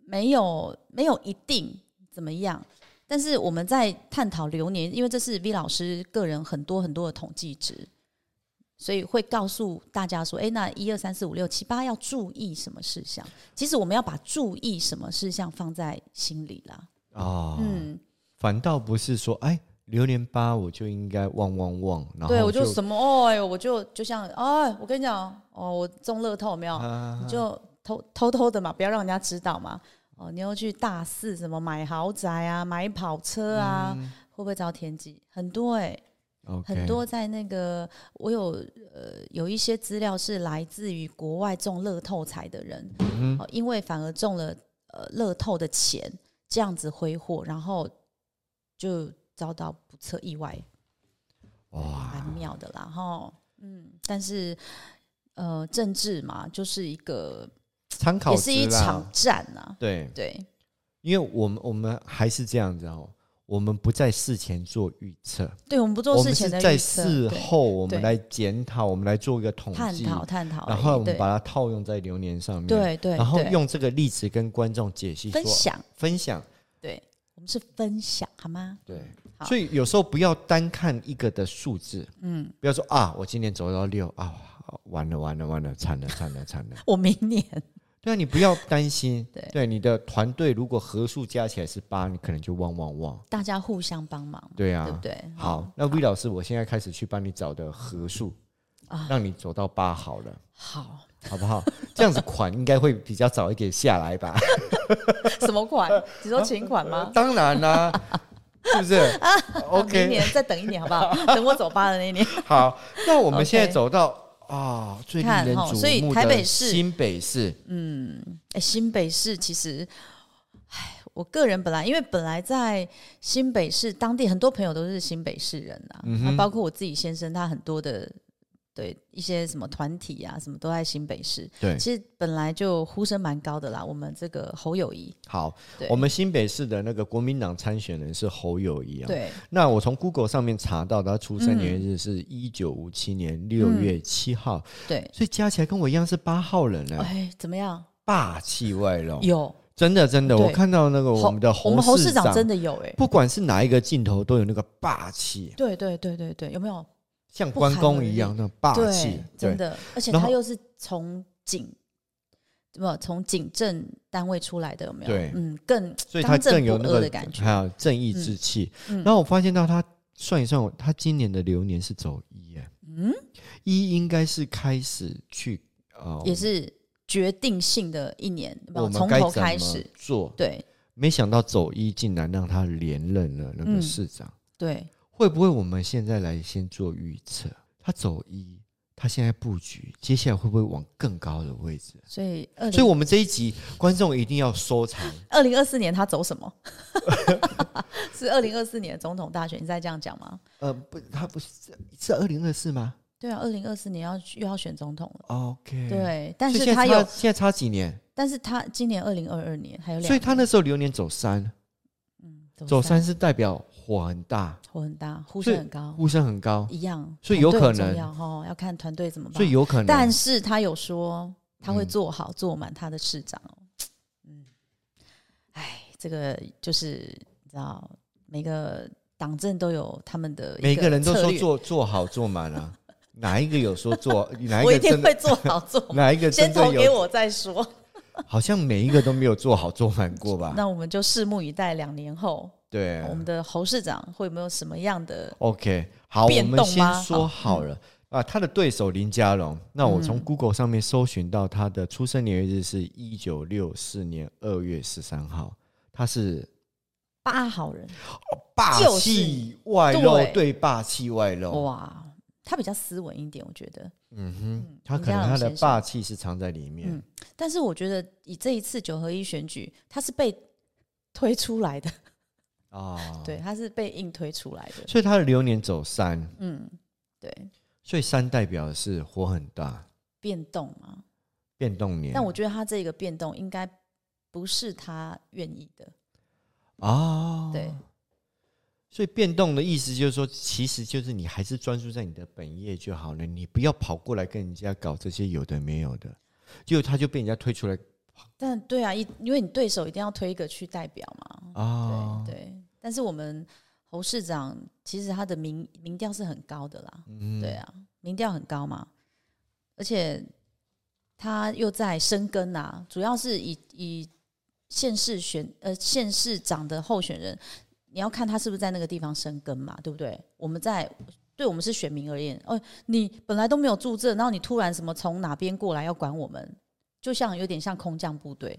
[SPEAKER 1] 没有没有一定怎么样，但是我们在探讨流年，因为这是 V 老师个人很多很多的统计值，所以会告诉大家说，哎，那一二三四五六七八要注意什么事项。其实我们要把注意什么事项放在心里啦。
[SPEAKER 2] 哦，
[SPEAKER 1] 嗯，
[SPEAKER 2] 反倒不是说哎。流年八，我就应该旺旺旺，然后
[SPEAKER 1] 对，我就什么哦，哎呦，我就就像哦，我跟你讲哦，我中乐透有没有？
[SPEAKER 2] 啊
[SPEAKER 1] 你就偷偷偷的嘛，不要让人家知道嘛。哦，你又去大肆什么买豪宅啊，买跑车啊，会不会遭天机？很多哎、
[SPEAKER 2] 嗯 OK
[SPEAKER 1] 很多在那个我有呃有一些资料是来自于国外中乐透彩的人，
[SPEAKER 2] 嗯
[SPEAKER 1] 哦，因为反而中了呃乐透的钱，这样子挥霍，然后就遭到不测意外，
[SPEAKER 2] 哇，
[SPEAKER 1] 蛮妙的啦哈。嗯，但是呃，政治嘛，就是一个
[SPEAKER 2] 参考
[SPEAKER 1] 也
[SPEAKER 2] 值
[SPEAKER 1] 是一
[SPEAKER 2] 啦
[SPEAKER 1] 场战呐、
[SPEAKER 2] 对，
[SPEAKER 1] 对，
[SPEAKER 2] 因为我们我们还是这样子哦，我们不在事前做预测，
[SPEAKER 1] 对我们不做
[SPEAKER 2] 我
[SPEAKER 1] 事
[SPEAKER 2] 们是
[SPEAKER 1] 前的
[SPEAKER 2] 在
[SPEAKER 1] 预测
[SPEAKER 2] 事
[SPEAKER 1] 对
[SPEAKER 2] 后我
[SPEAKER 1] 对
[SPEAKER 2] 们来检讨，我们来做一个统
[SPEAKER 1] 探
[SPEAKER 2] 计，
[SPEAKER 1] 讨探讨而已，
[SPEAKER 2] 然后我们
[SPEAKER 1] 对
[SPEAKER 2] 把它套用在流年上面，，
[SPEAKER 1] 对对，
[SPEAKER 2] 然后
[SPEAKER 1] 对
[SPEAKER 2] 用这个例子跟观众解析
[SPEAKER 1] 分
[SPEAKER 2] 说
[SPEAKER 1] 享，
[SPEAKER 2] 分享，
[SPEAKER 1] 对我们是分享好吗？
[SPEAKER 2] 对。
[SPEAKER 1] 好
[SPEAKER 2] 所以有时候不要单看一个的数字，嗯，不要说啊，我今年走到六啊，完了完了完了，惨了惨了惨了。
[SPEAKER 1] 我明年
[SPEAKER 2] 对啊，你不要担心，
[SPEAKER 1] 对
[SPEAKER 2] 你的团队如果合数加起来是八，你可能就旺旺旺。
[SPEAKER 1] 大家互相帮忙，
[SPEAKER 2] 对啊，
[SPEAKER 1] 对嗯不对？
[SPEAKER 2] 好，那 V 老师，我现在开始去帮你找的合数，
[SPEAKER 1] 啊
[SPEAKER 2] 让你走到八好了，
[SPEAKER 1] 好，
[SPEAKER 2] 好不好？ 这样子款应该会比较早一点下来吧？
[SPEAKER 1] 什么款？你说请款吗？啊
[SPEAKER 2] 当然啦、是 不是
[SPEAKER 1] 明
[SPEAKER 2] 呃？OK，
[SPEAKER 1] 年再等一年好不好？等我走吧的那一年。
[SPEAKER 2] 好，那我们
[SPEAKER 1] OK
[SPEAKER 2] 现在走到啊、最令
[SPEAKER 1] 看
[SPEAKER 2] 人
[SPEAKER 1] 哦所以
[SPEAKER 2] 瞩目的
[SPEAKER 1] 台北市
[SPEAKER 2] 新北市，
[SPEAKER 1] 哎，新北市其实，哎，我个人本来因为本来在新北市当地，很多朋友都是新北市人啊，那包括我自己先生，他很多的对一些什么团体啊，什么都在新北市。
[SPEAKER 2] 对，
[SPEAKER 1] 其实本来就呼声蛮高的啦，我们这个侯友谊，
[SPEAKER 2] 好
[SPEAKER 1] 对，
[SPEAKER 2] 我们新北市的那个国民党参选人是侯友谊啊。
[SPEAKER 1] 对，
[SPEAKER 2] 那我从 Google 上面查到，他出生年月日是一九五七年六月
[SPEAKER 1] 嗯
[SPEAKER 2] 七号，
[SPEAKER 1] 对，
[SPEAKER 2] 所以加起来跟我一样是八号人呢、
[SPEAKER 1] 哎，怎么样？
[SPEAKER 2] 霸气外露。
[SPEAKER 1] 有
[SPEAKER 2] 真的真的，
[SPEAKER 1] 对
[SPEAKER 2] 我看到那个我们的
[SPEAKER 1] 我们哦侯
[SPEAKER 2] 市
[SPEAKER 1] 市长真的有哎、
[SPEAKER 2] 不管是哪一个镜头都有那个霸气，
[SPEAKER 1] 对对对对对，有没有？
[SPEAKER 2] 像关公一样那种霸气
[SPEAKER 1] 对，，真
[SPEAKER 2] 对
[SPEAKER 1] 的，而且
[SPEAKER 2] 然后
[SPEAKER 1] 他又是从警，不从警政单位出来的，有没有？
[SPEAKER 2] 对
[SPEAKER 1] 嗯，更
[SPEAKER 2] 所以他
[SPEAKER 1] 刚正
[SPEAKER 2] 更
[SPEAKER 1] 不
[SPEAKER 2] 有那
[SPEAKER 1] 阿
[SPEAKER 2] 个
[SPEAKER 1] 的感觉
[SPEAKER 2] 还有正义之气。
[SPEAKER 1] 嗯嗯
[SPEAKER 2] 然后我发现到他算一算我，他今年的流年是走一耶，
[SPEAKER 1] 嗯，
[SPEAKER 2] 一应该是开始去呃，
[SPEAKER 1] 也是决定性的一年，有没
[SPEAKER 2] 我
[SPEAKER 1] 有
[SPEAKER 2] 们
[SPEAKER 1] 从
[SPEAKER 2] 该
[SPEAKER 1] 头
[SPEAKER 2] 怎么
[SPEAKER 1] 开始，
[SPEAKER 2] 做。
[SPEAKER 1] 对
[SPEAKER 2] 没想到走一竟然让他连任了
[SPEAKER 1] 嗯
[SPEAKER 2] 那个市长，
[SPEAKER 1] 对，
[SPEAKER 2] 会不会我们现在来先做预测？他走一，他现在布局，接下来会不会往更高的位置？
[SPEAKER 1] 所以二
[SPEAKER 2] 所以，
[SPEAKER 1] 零
[SPEAKER 2] 我们这一集观众一定要收藏。
[SPEAKER 1] 二零二四年他走什么？ 是二零二四年总统大选，你再这样讲吗？
[SPEAKER 2] 呃，不，他不是是二零二四吗
[SPEAKER 1] 对啊，二零二四年要又要选总统了，
[SPEAKER 2] ？OK，。
[SPEAKER 1] 对，但
[SPEAKER 2] 所以
[SPEAKER 1] 是
[SPEAKER 2] 现
[SPEAKER 1] 他
[SPEAKER 2] 在
[SPEAKER 1] 有
[SPEAKER 2] 差，现在差几年？
[SPEAKER 1] 但是他今年二零二二年还有两，
[SPEAKER 2] 所以他那时候流年走三，走
[SPEAKER 1] 山
[SPEAKER 2] 三是代表火很大，
[SPEAKER 1] 火很大，呼
[SPEAKER 2] 所以
[SPEAKER 1] 声很高，
[SPEAKER 2] 呼声很高，
[SPEAKER 1] 哦一样，
[SPEAKER 2] 所以有
[SPEAKER 1] 团队
[SPEAKER 2] 可
[SPEAKER 1] 很
[SPEAKER 2] 能
[SPEAKER 1] 重要哦，要看团队怎么办。
[SPEAKER 2] 所以有可能。
[SPEAKER 1] 但是他有说他会
[SPEAKER 2] 嗯
[SPEAKER 1] 做好、做满他的市长哦。嗯，哎，这个就是你知道，每个党政都有他们的一
[SPEAKER 2] 每个人都
[SPEAKER 1] 策
[SPEAKER 2] 说
[SPEAKER 1] 略，
[SPEAKER 2] 做做好做满 啊，哪一个有说做？哪一
[SPEAKER 1] 我一
[SPEAKER 2] 个
[SPEAKER 1] 定
[SPEAKER 2] 真的？
[SPEAKER 1] 会做好 做满，
[SPEAKER 2] 哪一个
[SPEAKER 1] 先
[SPEAKER 2] 真
[SPEAKER 1] 投
[SPEAKER 2] 的
[SPEAKER 1] 给
[SPEAKER 2] 有？
[SPEAKER 1] 我再说。
[SPEAKER 2] 好像每一个都没有做好做满过吧？
[SPEAKER 1] 那我们就拭目以待，两年后
[SPEAKER 2] 啊对啊
[SPEAKER 1] 我们的侯市长会有没有什么样的？
[SPEAKER 2] ，OK，好，我
[SPEAKER 1] 变
[SPEAKER 2] 们
[SPEAKER 1] 动
[SPEAKER 2] 先
[SPEAKER 1] 吗嗯
[SPEAKER 2] 说好了。啊，他的对手林佳龙，那我从 Google 上面搜寻到他的出生年月日是一九六四年二月十三号，他是
[SPEAKER 1] 八好人
[SPEAKER 2] 霸
[SPEAKER 1] 就是
[SPEAKER 2] 气外露，
[SPEAKER 1] 对
[SPEAKER 2] 对霸气外露。
[SPEAKER 1] 哇，他比较斯文一点，我觉得。
[SPEAKER 2] 嗯哼，他可
[SPEAKER 1] 林佳
[SPEAKER 2] 能
[SPEAKER 1] 龙
[SPEAKER 2] 他的
[SPEAKER 1] 先生
[SPEAKER 2] 霸气是藏在里面
[SPEAKER 1] 嗯。但是我觉得以这一次九合一选举，他是被推出来的，
[SPEAKER 2] 啊，
[SPEAKER 1] 对，，他是被硬推出来的。
[SPEAKER 2] 所以他的流年走三，
[SPEAKER 1] 嗯，对，
[SPEAKER 2] 所以三代表的是火很大，
[SPEAKER 1] 变动嘛。
[SPEAKER 2] 变动年。
[SPEAKER 1] 但我觉得他这个变动应该不是他愿意的，
[SPEAKER 2] 哦，
[SPEAKER 1] 对，
[SPEAKER 2] 所以变动的意思就是说，其实就是你还是专注在你的本业就好了，你不要跑过来跟人家搞这些有的没有的，结果他就被人家推出来
[SPEAKER 1] 但对啊，一因为你对手一定要推一个去代表嘛，
[SPEAKER 2] 啊，
[SPEAKER 1] 对对。但是我们侯市长其实他的民民调是很高的啦，
[SPEAKER 2] 嗯
[SPEAKER 1] 对啊，民调很高嘛，而且他又在深耕啊，主要是以以县市选呃县市长的候选人，你要看他是不是在那个地方生根嘛，对不对？我们在对我们是选民而言，哦，你本来都没有住这，然后你突然什么从哪边过来要管我们，就像有点像空降部队，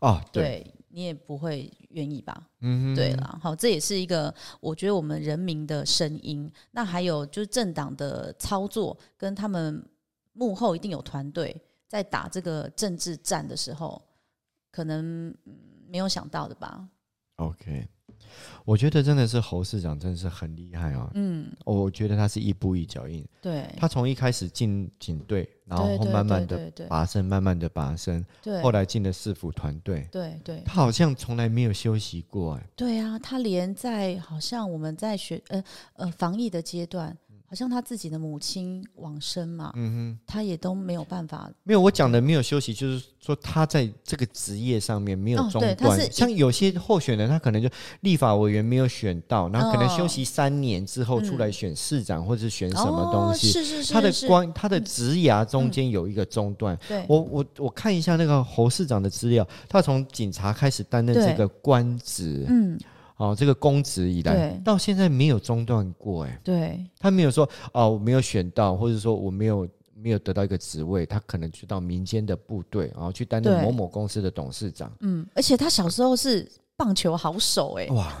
[SPEAKER 2] 啊，
[SPEAKER 1] 对
[SPEAKER 2] 对，
[SPEAKER 1] 你也不会愿意吧？
[SPEAKER 2] 嗯哼
[SPEAKER 1] 对，啦，好，这也是一个我觉得我们人民的声音。那还有就是政党的操作，跟他们幕后一定有团队在打这个政治战的时候，可能嗯没有想到的吧？
[SPEAKER 2] ，OK，我觉得真的是侯市长真的是很厉害啊！嗯，我觉得他是一步一脚印，
[SPEAKER 1] 对，
[SPEAKER 2] 他从一开始进警队，然后
[SPEAKER 1] 哎对对
[SPEAKER 2] 慢慢的
[SPEAKER 1] 对对
[SPEAKER 2] 拔升，慢慢的拔升，
[SPEAKER 1] 对
[SPEAKER 2] 后来进了市府团队，
[SPEAKER 1] 对对
[SPEAKER 2] 他好像从来没有休息过哎、
[SPEAKER 1] 对啊，他连在好像我们在学呃呃防疫的阶段，好像他自己的母亲往生嘛，
[SPEAKER 2] 嗯哼，
[SPEAKER 1] 他也都没有办法。
[SPEAKER 2] 没有，我讲的没有休息，就是说他在这个职业上面没有
[SPEAKER 1] 哦
[SPEAKER 2] 中
[SPEAKER 1] 对他
[SPEAKER 2] 断。
[SPEAKER 1] 是一
[SPEAKER 2] 像有些候选人，他可能就立法委员没有选到，然后可能
[SPEAKER 1] 哦
[SPEAKER 2] 休息三年之后出
[SPEAKER 1] 嗯
[SPEAKER 2] 来选市长或者是选什么东
[SPEAKER 1] 哦、
[SPEAKER 2] 西，
[SPEAKER 1] 是是是
[SPEAKER 2] 他的
[SPEAKER 1] 是嗯
[SPEAKER 2] 光他的职涯中间有一个中断。
[SPEAKER 1] 对
[SPEAKER 2] 我我我看一下那个侯市长的资料，他从警察开始担任
[SPEAKER 1] 对
[SPEAKER 2] 这个官职，
[SPEAKER 1] 嗯
[SPEAKER 2] 哦，这个公职以来
[SPEAKER 1] 对，
[SPEAKER 2] 到现在没有中断过，哎，
[SPEAKER 1] 对
[SPEAKER 2] 他没有说哦，我没有选到，或者说我没有没有得到一个职位，他可能去到民间的部队，然后去担任
[SPEAKER 1] 对
[SPEAKER 2] 某某公司的董事长，
[SPEAKER 1] 嗯，而且他小时候是棒球好手哎、
[SPEAKER 2] 哇，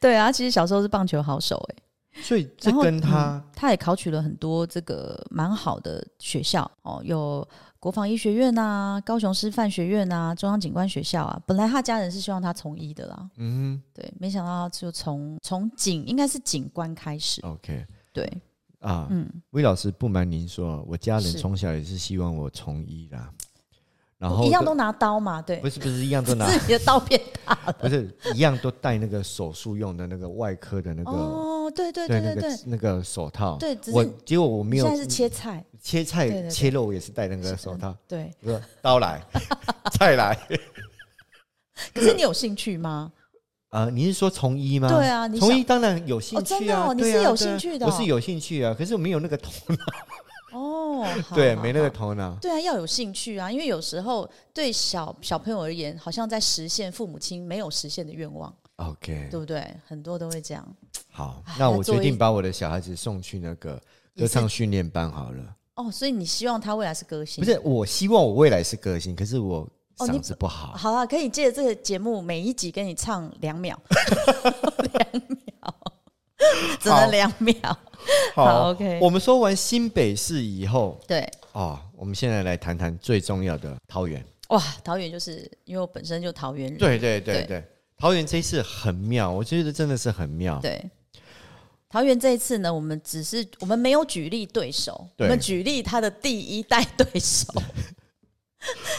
[SPEAKER 1] 对啊，他其实小时候是棒球好手哎、
[SPEAKER 2] 所以这
[SPEAKER 1] 然后
[SPEAKER 2] 跟他
[SPEAKER 1] 嗯、他也考取了很多这个蛮好的学校哦，有国防医学院啊、高雄师范学院啊、中央警官学校啊。本来他家人是希望他从医的啦，
[SPEAKER 2] 嗯
[SPEAKER 1] 对，没想到就从从警应该是警官开始，
[SPEAKER 2] 哼，OK
[SPEAKER 1] 对，
[SPEAKER 2] 啊，
[SPEAKER 1] 嗯，
[SPEAKER 2] 魏老师不瞒您说，我家人
[SPEAKER 1] 是
[SPEAKER 2] 从小也是希望我从医啦，然后
[SPEAKER 1] 一样
[SPEAKER 2] 就
[SPEAKER 1] 都拿刀嘛，对
[SPEAKER 2] 不，是不是一样都拿。
[SPEAKER 1] 自己的刀片
[SPEAKER 2] 不是一样都戴那个手术用的那个外科 的那个、
[SPEAKER 1] 哦，对对对对
[SPEAKER 2] 那
[SPEAKER 1] 对
[SPEAKER 2] 个那个手套。
[SPEAKER 1] 对，只
[SPEAKER 2] 我
[SPEAKER 1] 是
[SPEAKER 2] 结果我没
[SPEAKER 1] 现
[SPEAKER 2] 有
[SPEAKER 1] 在是切菜，
[SPEAKER 2] 切菜
[SPEAKER 1] 对对对
[SPEAKER 2] 切肉，也是戴那个手套。
[SPEAKER 1] 对，
[SPEAKER 2] 我说刀 来，菜来。
[SPEAKER 1] 可是你有兴趣吗？
[SPEAKER 2] 啊，你是说从医吗？
[SPEAKER 1] 对啊，你
[SPEAKER 2] 从
[SPEAKER 1] 想
[SPEAKER 2] 医当然有兴趣啊，
[SPEAKER 1] 哦真的哦你是
[SPEAKER 2] 对啊
[SPEAKER 1] 有
[SPEAKER 2] 对啊
[SPEAKER 1] 兴趣的哦
[SPEAKER 2] 我是有兴趣啊，可是我没有那个头脑，
[SPEAKER 1] 哦，好
[SPEAKER 2] 对，
[SPEAKER 1] 好
[SPEAKER 2] 没那个
[SPEAKER 1] 好
[SPEAKER 2] 头脑。
[SPEAKER 1] 对啊，要有兴趣啊，因为有时候对小小朋友而言，好像在实现父母亲没有实现的愿望，
[SPEAKER 2] OK，
[SPEAKER 1] 对不对？很多都会这样。
[SPEAKER 2] 好
[SPEAKER 1] 哎，
[SPEAKER 2] 那
[SPEAKER 1] 要
[SPEAKER 2] 我
[SPEAKER 1] 做
[SPEAKER 2] 决定
[SPEAKER 1] 一
[SPEAKER 2] 把我的小孩子送去那个歌
[SPEAKER 1] 也是
[SPEAKER 2] 唱训练班好了。
[SPEAKER 1] 哦，所以你希望他未来是歌星？
[SPEAKER 2] 不是，我希望我未来是歌星，可是我
[SPEAKER 1] 哦你
[SPEAKER 2] 嗓子不好。
[SPEAKER 1] 好了，可以借这个节目每一集跟你唱两 秒，两秒，只能两秒。 好，OK
[SPEAKER 2] 我们说完新北市以后，
[SPEAKER 1] 对，
[SPEAKER 2] 哦，我们现在来谈谈最重要的桃园。
[SPEAKER 1] 哇，桃园就是因为我本身就桃园人，
[SPEAKER 2] 对对对
[SPEAKER 1] 对
[SPEAKER 2] 对，桃园这一次很妙，我觉得真的是很妙。
[SPEAKER 1] 对。桃园这一次呢，我们只是我们没有举例对手，
[SPEAKER 2] 对
[SPEAKER 1] 我们举例他的第一代对 手。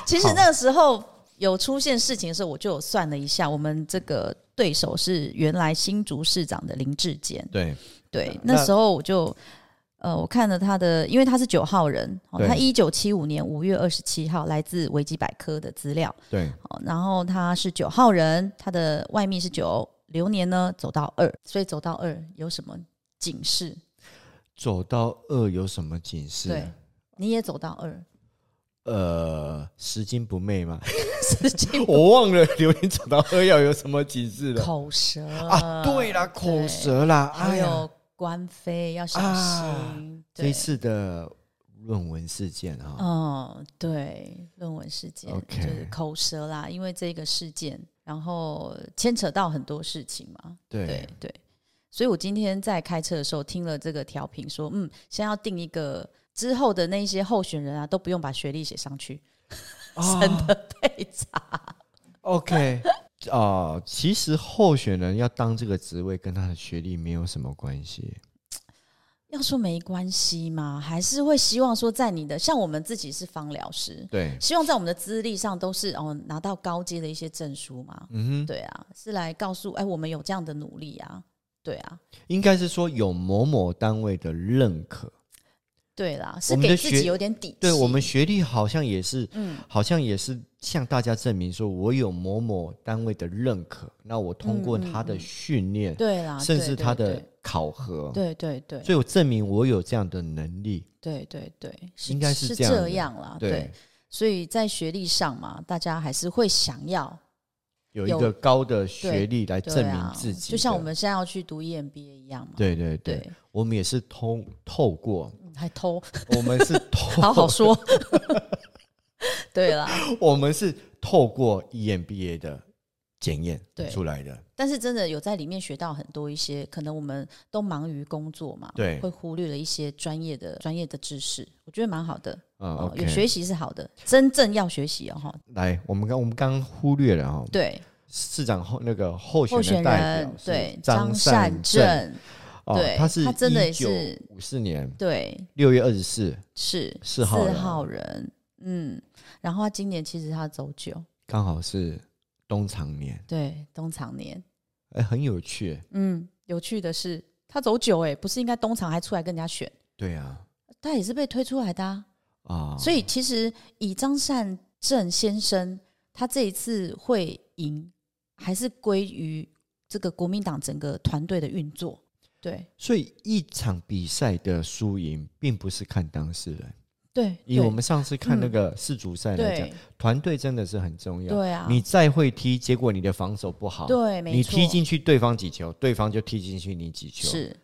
[SPEAKER 1] 其实那个时候有出现事情的时候，我就有算了一下，我们这个对手是原来新竹市长的林志坚。
[SPEAKER 2] 对
[SPEAKER 1] 对，
[SPEAKER 2] 那
[SPEAKER 1] 那时候我就呃，我看了他的，因为他是九号人，哦、
[SPEAKER 2] 对
[SPEAKER 1] 他一九七五年五月二十七号来自维基百科的资料，
[SPEAKER 2] 对
[SPEAKER 1] 哦，然后他是九号人，他的外命是九，流年呢走到二，所以走到二有什么警示？
[SPEAKER 2] 走到二有什么警示
[SPEAKER 1] 对？，你也走到 二，
[SPEAKER 2] 呃，拾金不昧吗？
[SPEAKER 1] 是金
[SPEAKER 2] 我忘了榴莲走到二要有什么警示了
[SPEAKER 1] 口舌
[SPEAKER 2] 啊？对，啦，口舌啦，
[SPEAKER 1] 还
[SPEAKER 2] 哎呀，
[SPEAKER 1] 有官非要小
[SPEAKER 2] 啊
[SPEAKER 1] 心。
[SPEAKER 2] 这
[SPEAKER 1] 对
[SPEAKER 2] 一，次的论文事件哈、
[SPEAKER 1] 嗯，对，论文事件
[SPEAKER 2] OK
[SPEAKER 1] 就是口舌啦，因为这个事件，然后牵扯到很多事情嘛。对
[SPEAKER 2] 对
[SPEAKER 1] 对，所以我今天在开车的时候听了这个调频，说嗯，先要定一个之后的那一些候选人啊，都不用把学历写上去，
[SPEAKER 2] 啊
[SPEAKER 1] 真的配查。
[SPEAKER 2] OK，哦、 其实候选人要当这个职位，跟他的学历没有什么关系。
[SPEAKER 1] 要说没关系嘛，还是会希望说，在你的像我们自己是芳疗师，
[SPEAKER 2] 对，
[SPEAKER 1] 希望在我们的资历上都是哦拿到高阶的一些证书嘛。
[SPEAKER 2] 嗯哼，
[SPEAKER 1] 对啊，是来告诉哎，我们有这样的努力啊。对啊，
[SPEAKER 2] 应该是说有某某单位的认可。
[SPEAKER 1] 对啦，是
[SPEAKER 2] 我们
[SPEAKER 1] 给
[SPEAKER 2] 的
[SPEAKER 1] 自
[SPEAKER 2] 学
[SPEAKER 1] 己有点底气。
[SPEAKER 2] 对我们学历好像也是，
[SPEAKER 1] 嗯
[SPEAKER 2] 好像也是向大家证明说我有某某单位的认可。那我通过他的训练，
[SPEAKER 1] 嗯对啦，
[SPEAKER 2] 甚
[SPEAKER 1] 对
[SPEAKER 2] 至
[SPEAKER 1] 对
[SPEAKER 2] 他的考核，
[SPEAKER 1] 对对对对
[SPEAKER 2] 所以我证明我有这样的能力。
[SPEAKER 1] 对对对，是
[SPEAKER 2] 应该是
[SPEAKER 1] 是
[SPEAKER 2] 这样的
[SPEAKER 1] 样啦。
[SPEAKER 2] 对，
[SPEAKER 1] 啊对，所以在学历上嘛，大家还是会想要
[SPEAKER 2] 有一
[SPEAKER 1] 有
[SPEAKER 2] 个高的学
[SPEAKER 1] 对
[SPEAKER 2] 历来
[SPEAKER 1] 对
[SPEAKER 2] 证明
[SPEAKER 1] 啊
[SPEAKER 2] 自己的、
[SPEAKER 1] 就像我们现在要去读 E EMBA 一样嘛。
[SPEAKER 2] 对对对，
[SPEAKER 1] 对，
[SPEAKER 2] 我们也是通透过。
[SPEAKER 1] 嗯还 偷，
[SPEAKER 2] 我们是透，
[SPEAKER 1] 好好说。 对啦，
[SPEAKER 2] 我们是透过 EMBA 的检验
[SPEAKER 1] 对
[SPEAKER 2] 出来的。
[SPEAKER 1] 但是真的有在里面学到很多一些，可能我们都忙于工作嘛，
[SPEAKER 2] 对
[SPEAKER 1] 会忽略了一些专业的专业的知识，我觉得蛮好的。
[SPEAKER 2] 嗯
[SPEAKER 1] 哦
[SPEAKER 2] ，OK，
[SPEAKER 1] 有学习是好的，真正要学习哦，哈，
[SPEAKER 2] 来，我们刚我们刚忽略了哈，
[SPEAKER 1] 对
[SPEAKER 2] 市长候那个候
[SPEAKER 1] 候
[SPEAKER 2] 选的
[SPEAKER 1] 选
[SPEAKER 2] 代
[SPEAKER 1] 人
[SPEAKER 2] 表是
[SPEAKER 1] 对
[SPEAKER 2] 张
[SPEAKER 1] 善
[SPEAKER 2] 政，
[SPEAKER 1] 政，
[SPEAKER 2] 哦
[SPEAKER 1] 对
[SPEAKER 2] 他是
[SPEAKER 1] 他真的也
[SPEAKER 2] 一九
[SPEAKER 1] 是
[SPEAKER 2] 五四年
[SPEAKER 1] 对，
[SPEAKER 2] 六月二十四，
[SPEAKER 1] 是
[SPEAKER 2] 四号人
[SPEAKER 1] 号人，嗯，然后他今年其实他走九，
[SPEAKER 2] 刚好是冬藏年，
[SPEAKER 1] 对，东厂年，
[SPEAKER 2] 哎，很有趣，
[SPEAKER 1] 嗯，有趣的是他走九，哎，不是应该东厂还出来跟人家选，
[SPEAKER 2] 对啊，
[SPEAKER 1] 他也是被推出来的、啊，
[SPEAKER 2] 啊，
[SPEAKER 1] 所以其实以张善政先生他这一次会赢，还是归于这个国民党整个团队的运作，对
[SPEAKER 2] 所以一场比赛的输赢，并不是看当事人。
[SPEAKER 1] 对，
[SPEAKER 2] 以
[SPEAKER 1] 对嗯
[SPEAKER 2] 我们上次看那个世足赛来讲
[SPEAKER 1] 对，
[SPEAKER 2] 团队真的是很重要。
[SPEAKER 1] 对啊，
[SPEAKER 2] 你再会踢，结果你的防守不好，
[SPEAKER 1] 对，没
[SPEAKER 2] 你
[SPEAKER 1] 错，
[SPEAKER 2] 踢进去对方几球，对方就踢进去你几球。，
[SPEAKER 1] 是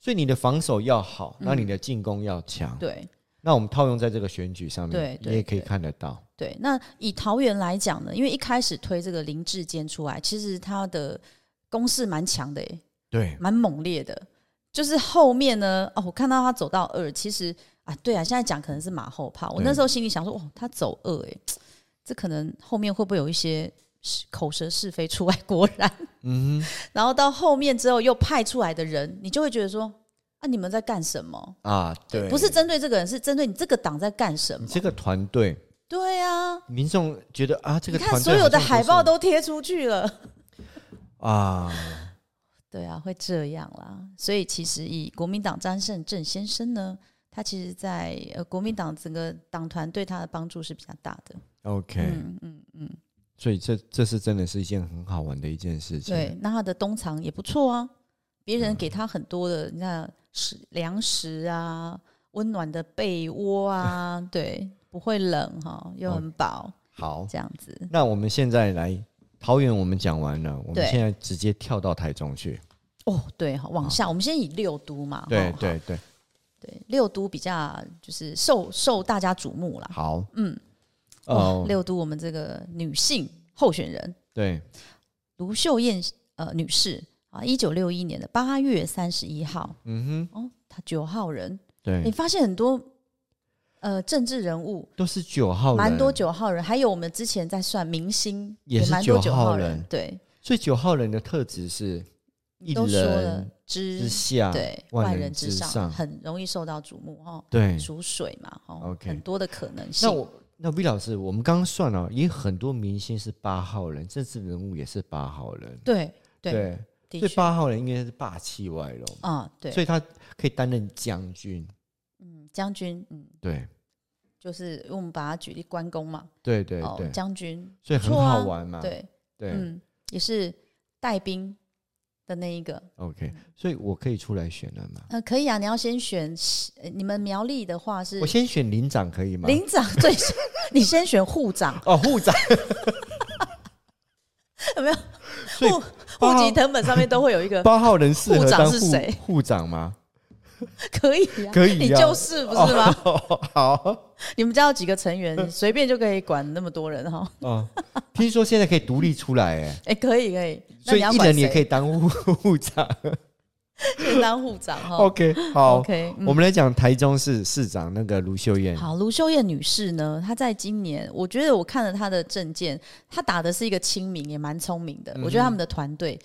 [SPEAKER 2] 所以你的防守要好，
[SPEAKER 1] 嗯
[SPEAKER 2] 那你的进攻要强。
[SPEAKER 1] 对。
[SPEAKER 2] 那我们套用在这个选举上
[SPEAKER 1] 对
[SPEAKER 2] 面，
[SPEAKER 1] 对
[SPEAKER 2] 你也可以
[SPEAKER 1] 对
[SPEAKER 2] 看得到。
[SPEAKER 1] 对，那以桃园来讲呢，因为一开始推这个林志坚出来，其实他的攻势蛮强的耶，欸
[SPEAKER 2] 对，
[SPEAKER 1] 蛮猛烈的。就是后面呢，哦，我看到他走到二，其实啊，对啊，现在讲可能是马后炮。我
[SPEAKER 2] 对
[SPEAKER 1] 那时候心里想说，哦，他走二，哎，这可能后面会不会有一些是口舌是非出来？果然，
[SPEAKER 2] 嗯哼
[SPEAKER 1] 然后到后面之后又派出来的人，你就会觉得说，啊，你们在干什么？
[SPEAKER 2] 啊，对，
[SPEAKER 1] 不是针对这个人，是针对你这个党在干什
[SPEAKER 2] 你
[SPEAKER 1] 么？
[SPEAKER 2] 这个团队，
[SPEAKER 1] 对啊，
[SPEAKER 2] 民众觉得啊，这个
[SPEAKER 1] 你看
[SPEAKER 2] 团队
[SPEAKER 1] 所有的
[SPEAKER 2] 好像
[SPEAKER 1] 海
[SPEAKER 2] 不是
[SPEAKER 1] 报都贴出去了。
[SPEAKER 2] 啊，
[SPEAKER 1] 对啊，会这样啦。所以其实以国民党张善政先生呢，他其实在呃国民党整个党团对他的帮助是比较大的。
[SPEAKER 2] OK，、
[SPEAKER 1] 嗯嗯嗯，
[SPEAKER 2] 所以这这是真的是一件很好玩的一件事情。
[SPEAKER 1] 对，那他的东厂也不错啊，别人给他很多的，你看食粮食啊，温暖的被窝啊， 对，不会冷哈、又很饱，
[SPEAKER 2] 好，
[SPEAKER 1] 这样子。
[SPEAKER 2] 那我们现在来桃园，我们讲完了，我们
[SPEAKER 1] 对
[SPEAKER 2] 现在直接跳到台中去。
[SPEAKER 1] 哦，对哈，往下，我们先以六都嘛，
[SPEAKER 2] 对
[SPEAKER 1] 哈
[SPEAKER 2] 对对，
[SPEAKER 1] 对，六都比较就是受受大家瞩目啦。
[SPEAKER 2] 好，
[SPEAKER 1] 嗯，哇
[SPEAKER 2] 哦，
[SPEAKER 1] 六都我们这个女性候选人
[SPEAKER 2] 对，
[SPEAKER 1] 卢秀燕呃女士啊，一九六一年的八月三十一号，
[SPEAKER 2] 嗯哼，
[SPEAKER 1] 哦，她九号人，你
[SPEAKER 2] 对，
[SPEAKER 1] 发现很多呃政治人物
[SPEAKER 2] 都是九号人，
[SPEAKER 1] 蛮多，九号人，还有我们之前在算明星
[SPEAKER 2] 也是
[SPEAKER 1] 蛮多
[SPEAKER 2] 9
[SPEAKER 1] 九
[SPEAKER 2] 号
[SPEAKER 1] 人
[SPEAKER 2] 人，
[SPEAKER 1] 对，
[SPEAKER 2] 所以九号人的特质是一
[SPEAKER 1] 都说了
[SPEAKER 2] 人之
[SPEAKER 1] 之
[SPEAKER 2] 下，
[SPEAKER 1] 对
[SPEAKER 2] 万
[SPEAKER 1] 万
[SPEAKER 2] 人
[SPEAKER 1] 人
[SPEAKER 2] 之上
[SPEAKER 1] 上，很容易受到瞩目哦，
[SPEAKER 2] 对。
[SPEAKER 1] 属水嘛，哦
[SPEAKER 2] OK
[SPEAKER 1] 很多的可能性
[SPEAKER 2] 那，我那 V 老师，我们刚刚算了，也很多明星是八号人，政治人物也是八号人，
[SPEAKER 1] 对对，的
[SPEAKER 2] 对，所以
[SPEAKER 1] 确
[SPEAKER 2] 八号人应该是霸气外露，
[SPEAKER 1] 啊，对，
[SPEAKER 2] 所以他可以担任将军，
[SPEAKER 1] 嗯，将军，嗯。
[SPEAKER 2] 对。
[SPEAKER 1] 就是因为我们把它举例关公嘛，
[SPEAKER 2] 对对
[SPEAKER 1] 哦
[SPEAKER 2] 对，，
[SPEAKER 1] 将军，
[SPEAKER 2] 所以很
[SPEAKER 1] 不错啊
[SPEAKER 2] 好玩嘛。
[SPEAKER 1] 对，
[SPEAKER 2] 对、
[SPEAKER 1] 嗯，也是带兵的那一个，
[SPEAKER 2] o k 所以我可以出来选了嘛？
[SPEAKER 1] 呃，可以啊，你要先选，呃你们苗栗的话是
[SPEAKER 2] 我先选领长可以吗？
[SPEAKER 1] 领长最先，你先选护长，
[SPEAKER 2] 哦，护长
[SPEAKER 1] 有没有？
[SPEAKER 2] 所以 哦
[SPEAKER 1] 户
[SPEAKER 2] 八
[SPEAKER 1] 户
[SPEAKER 2] 号
[SPEAKER 1] 籍藤本上面都会有一 个，
[SPEAKER 2] 八号人适合
[SPEAKER 1] 护长
[SPEAKER 2] 当
[SPEAKER 1] 是
[SPEAKER 2] 护
[SPEAKER 1] 谁
[SPEAKER 2] 护长吗？
[SPEAKER 1] 可以啊，
[SPEAKER 2] 可以啊哦
[SPEAKER 1] 你就是不是吗？
[SPEAKER 2] 好
[SPEAKER 1] 你们家有几个成员， 你随便就可以管那么多人哈？
[SPEAKER 2] 哦，听说现在可以独立出来哎，
[SPEAKER 1] 哎，可以可以，那
[SPEAKER 2] 所以
[SPEAKER 1] 你要
[SPEAKER 2] 一
[SPEAKER 1] 管
[SPEAKER 2] 人也可以
[SPEAKER 1] 以
[SPEAKER 2] 当护护长。
[SPEAKER 1] 先当护长哈。
[SPEAKER 2] OK，好
[SPEAKER 1] 哦
[SPEAKER 2] 哦
[SPEAKER 1] OK，嗯
[SPEAKER 2] 我们来讲台中市市长那个卢秀燕。
[SPEAKER 1] 好，卢秀燕女士呢，她在今年，我觉得我看了她的证件，她打的是一个亲民，也蛮聪明的。我觉得他们的团队，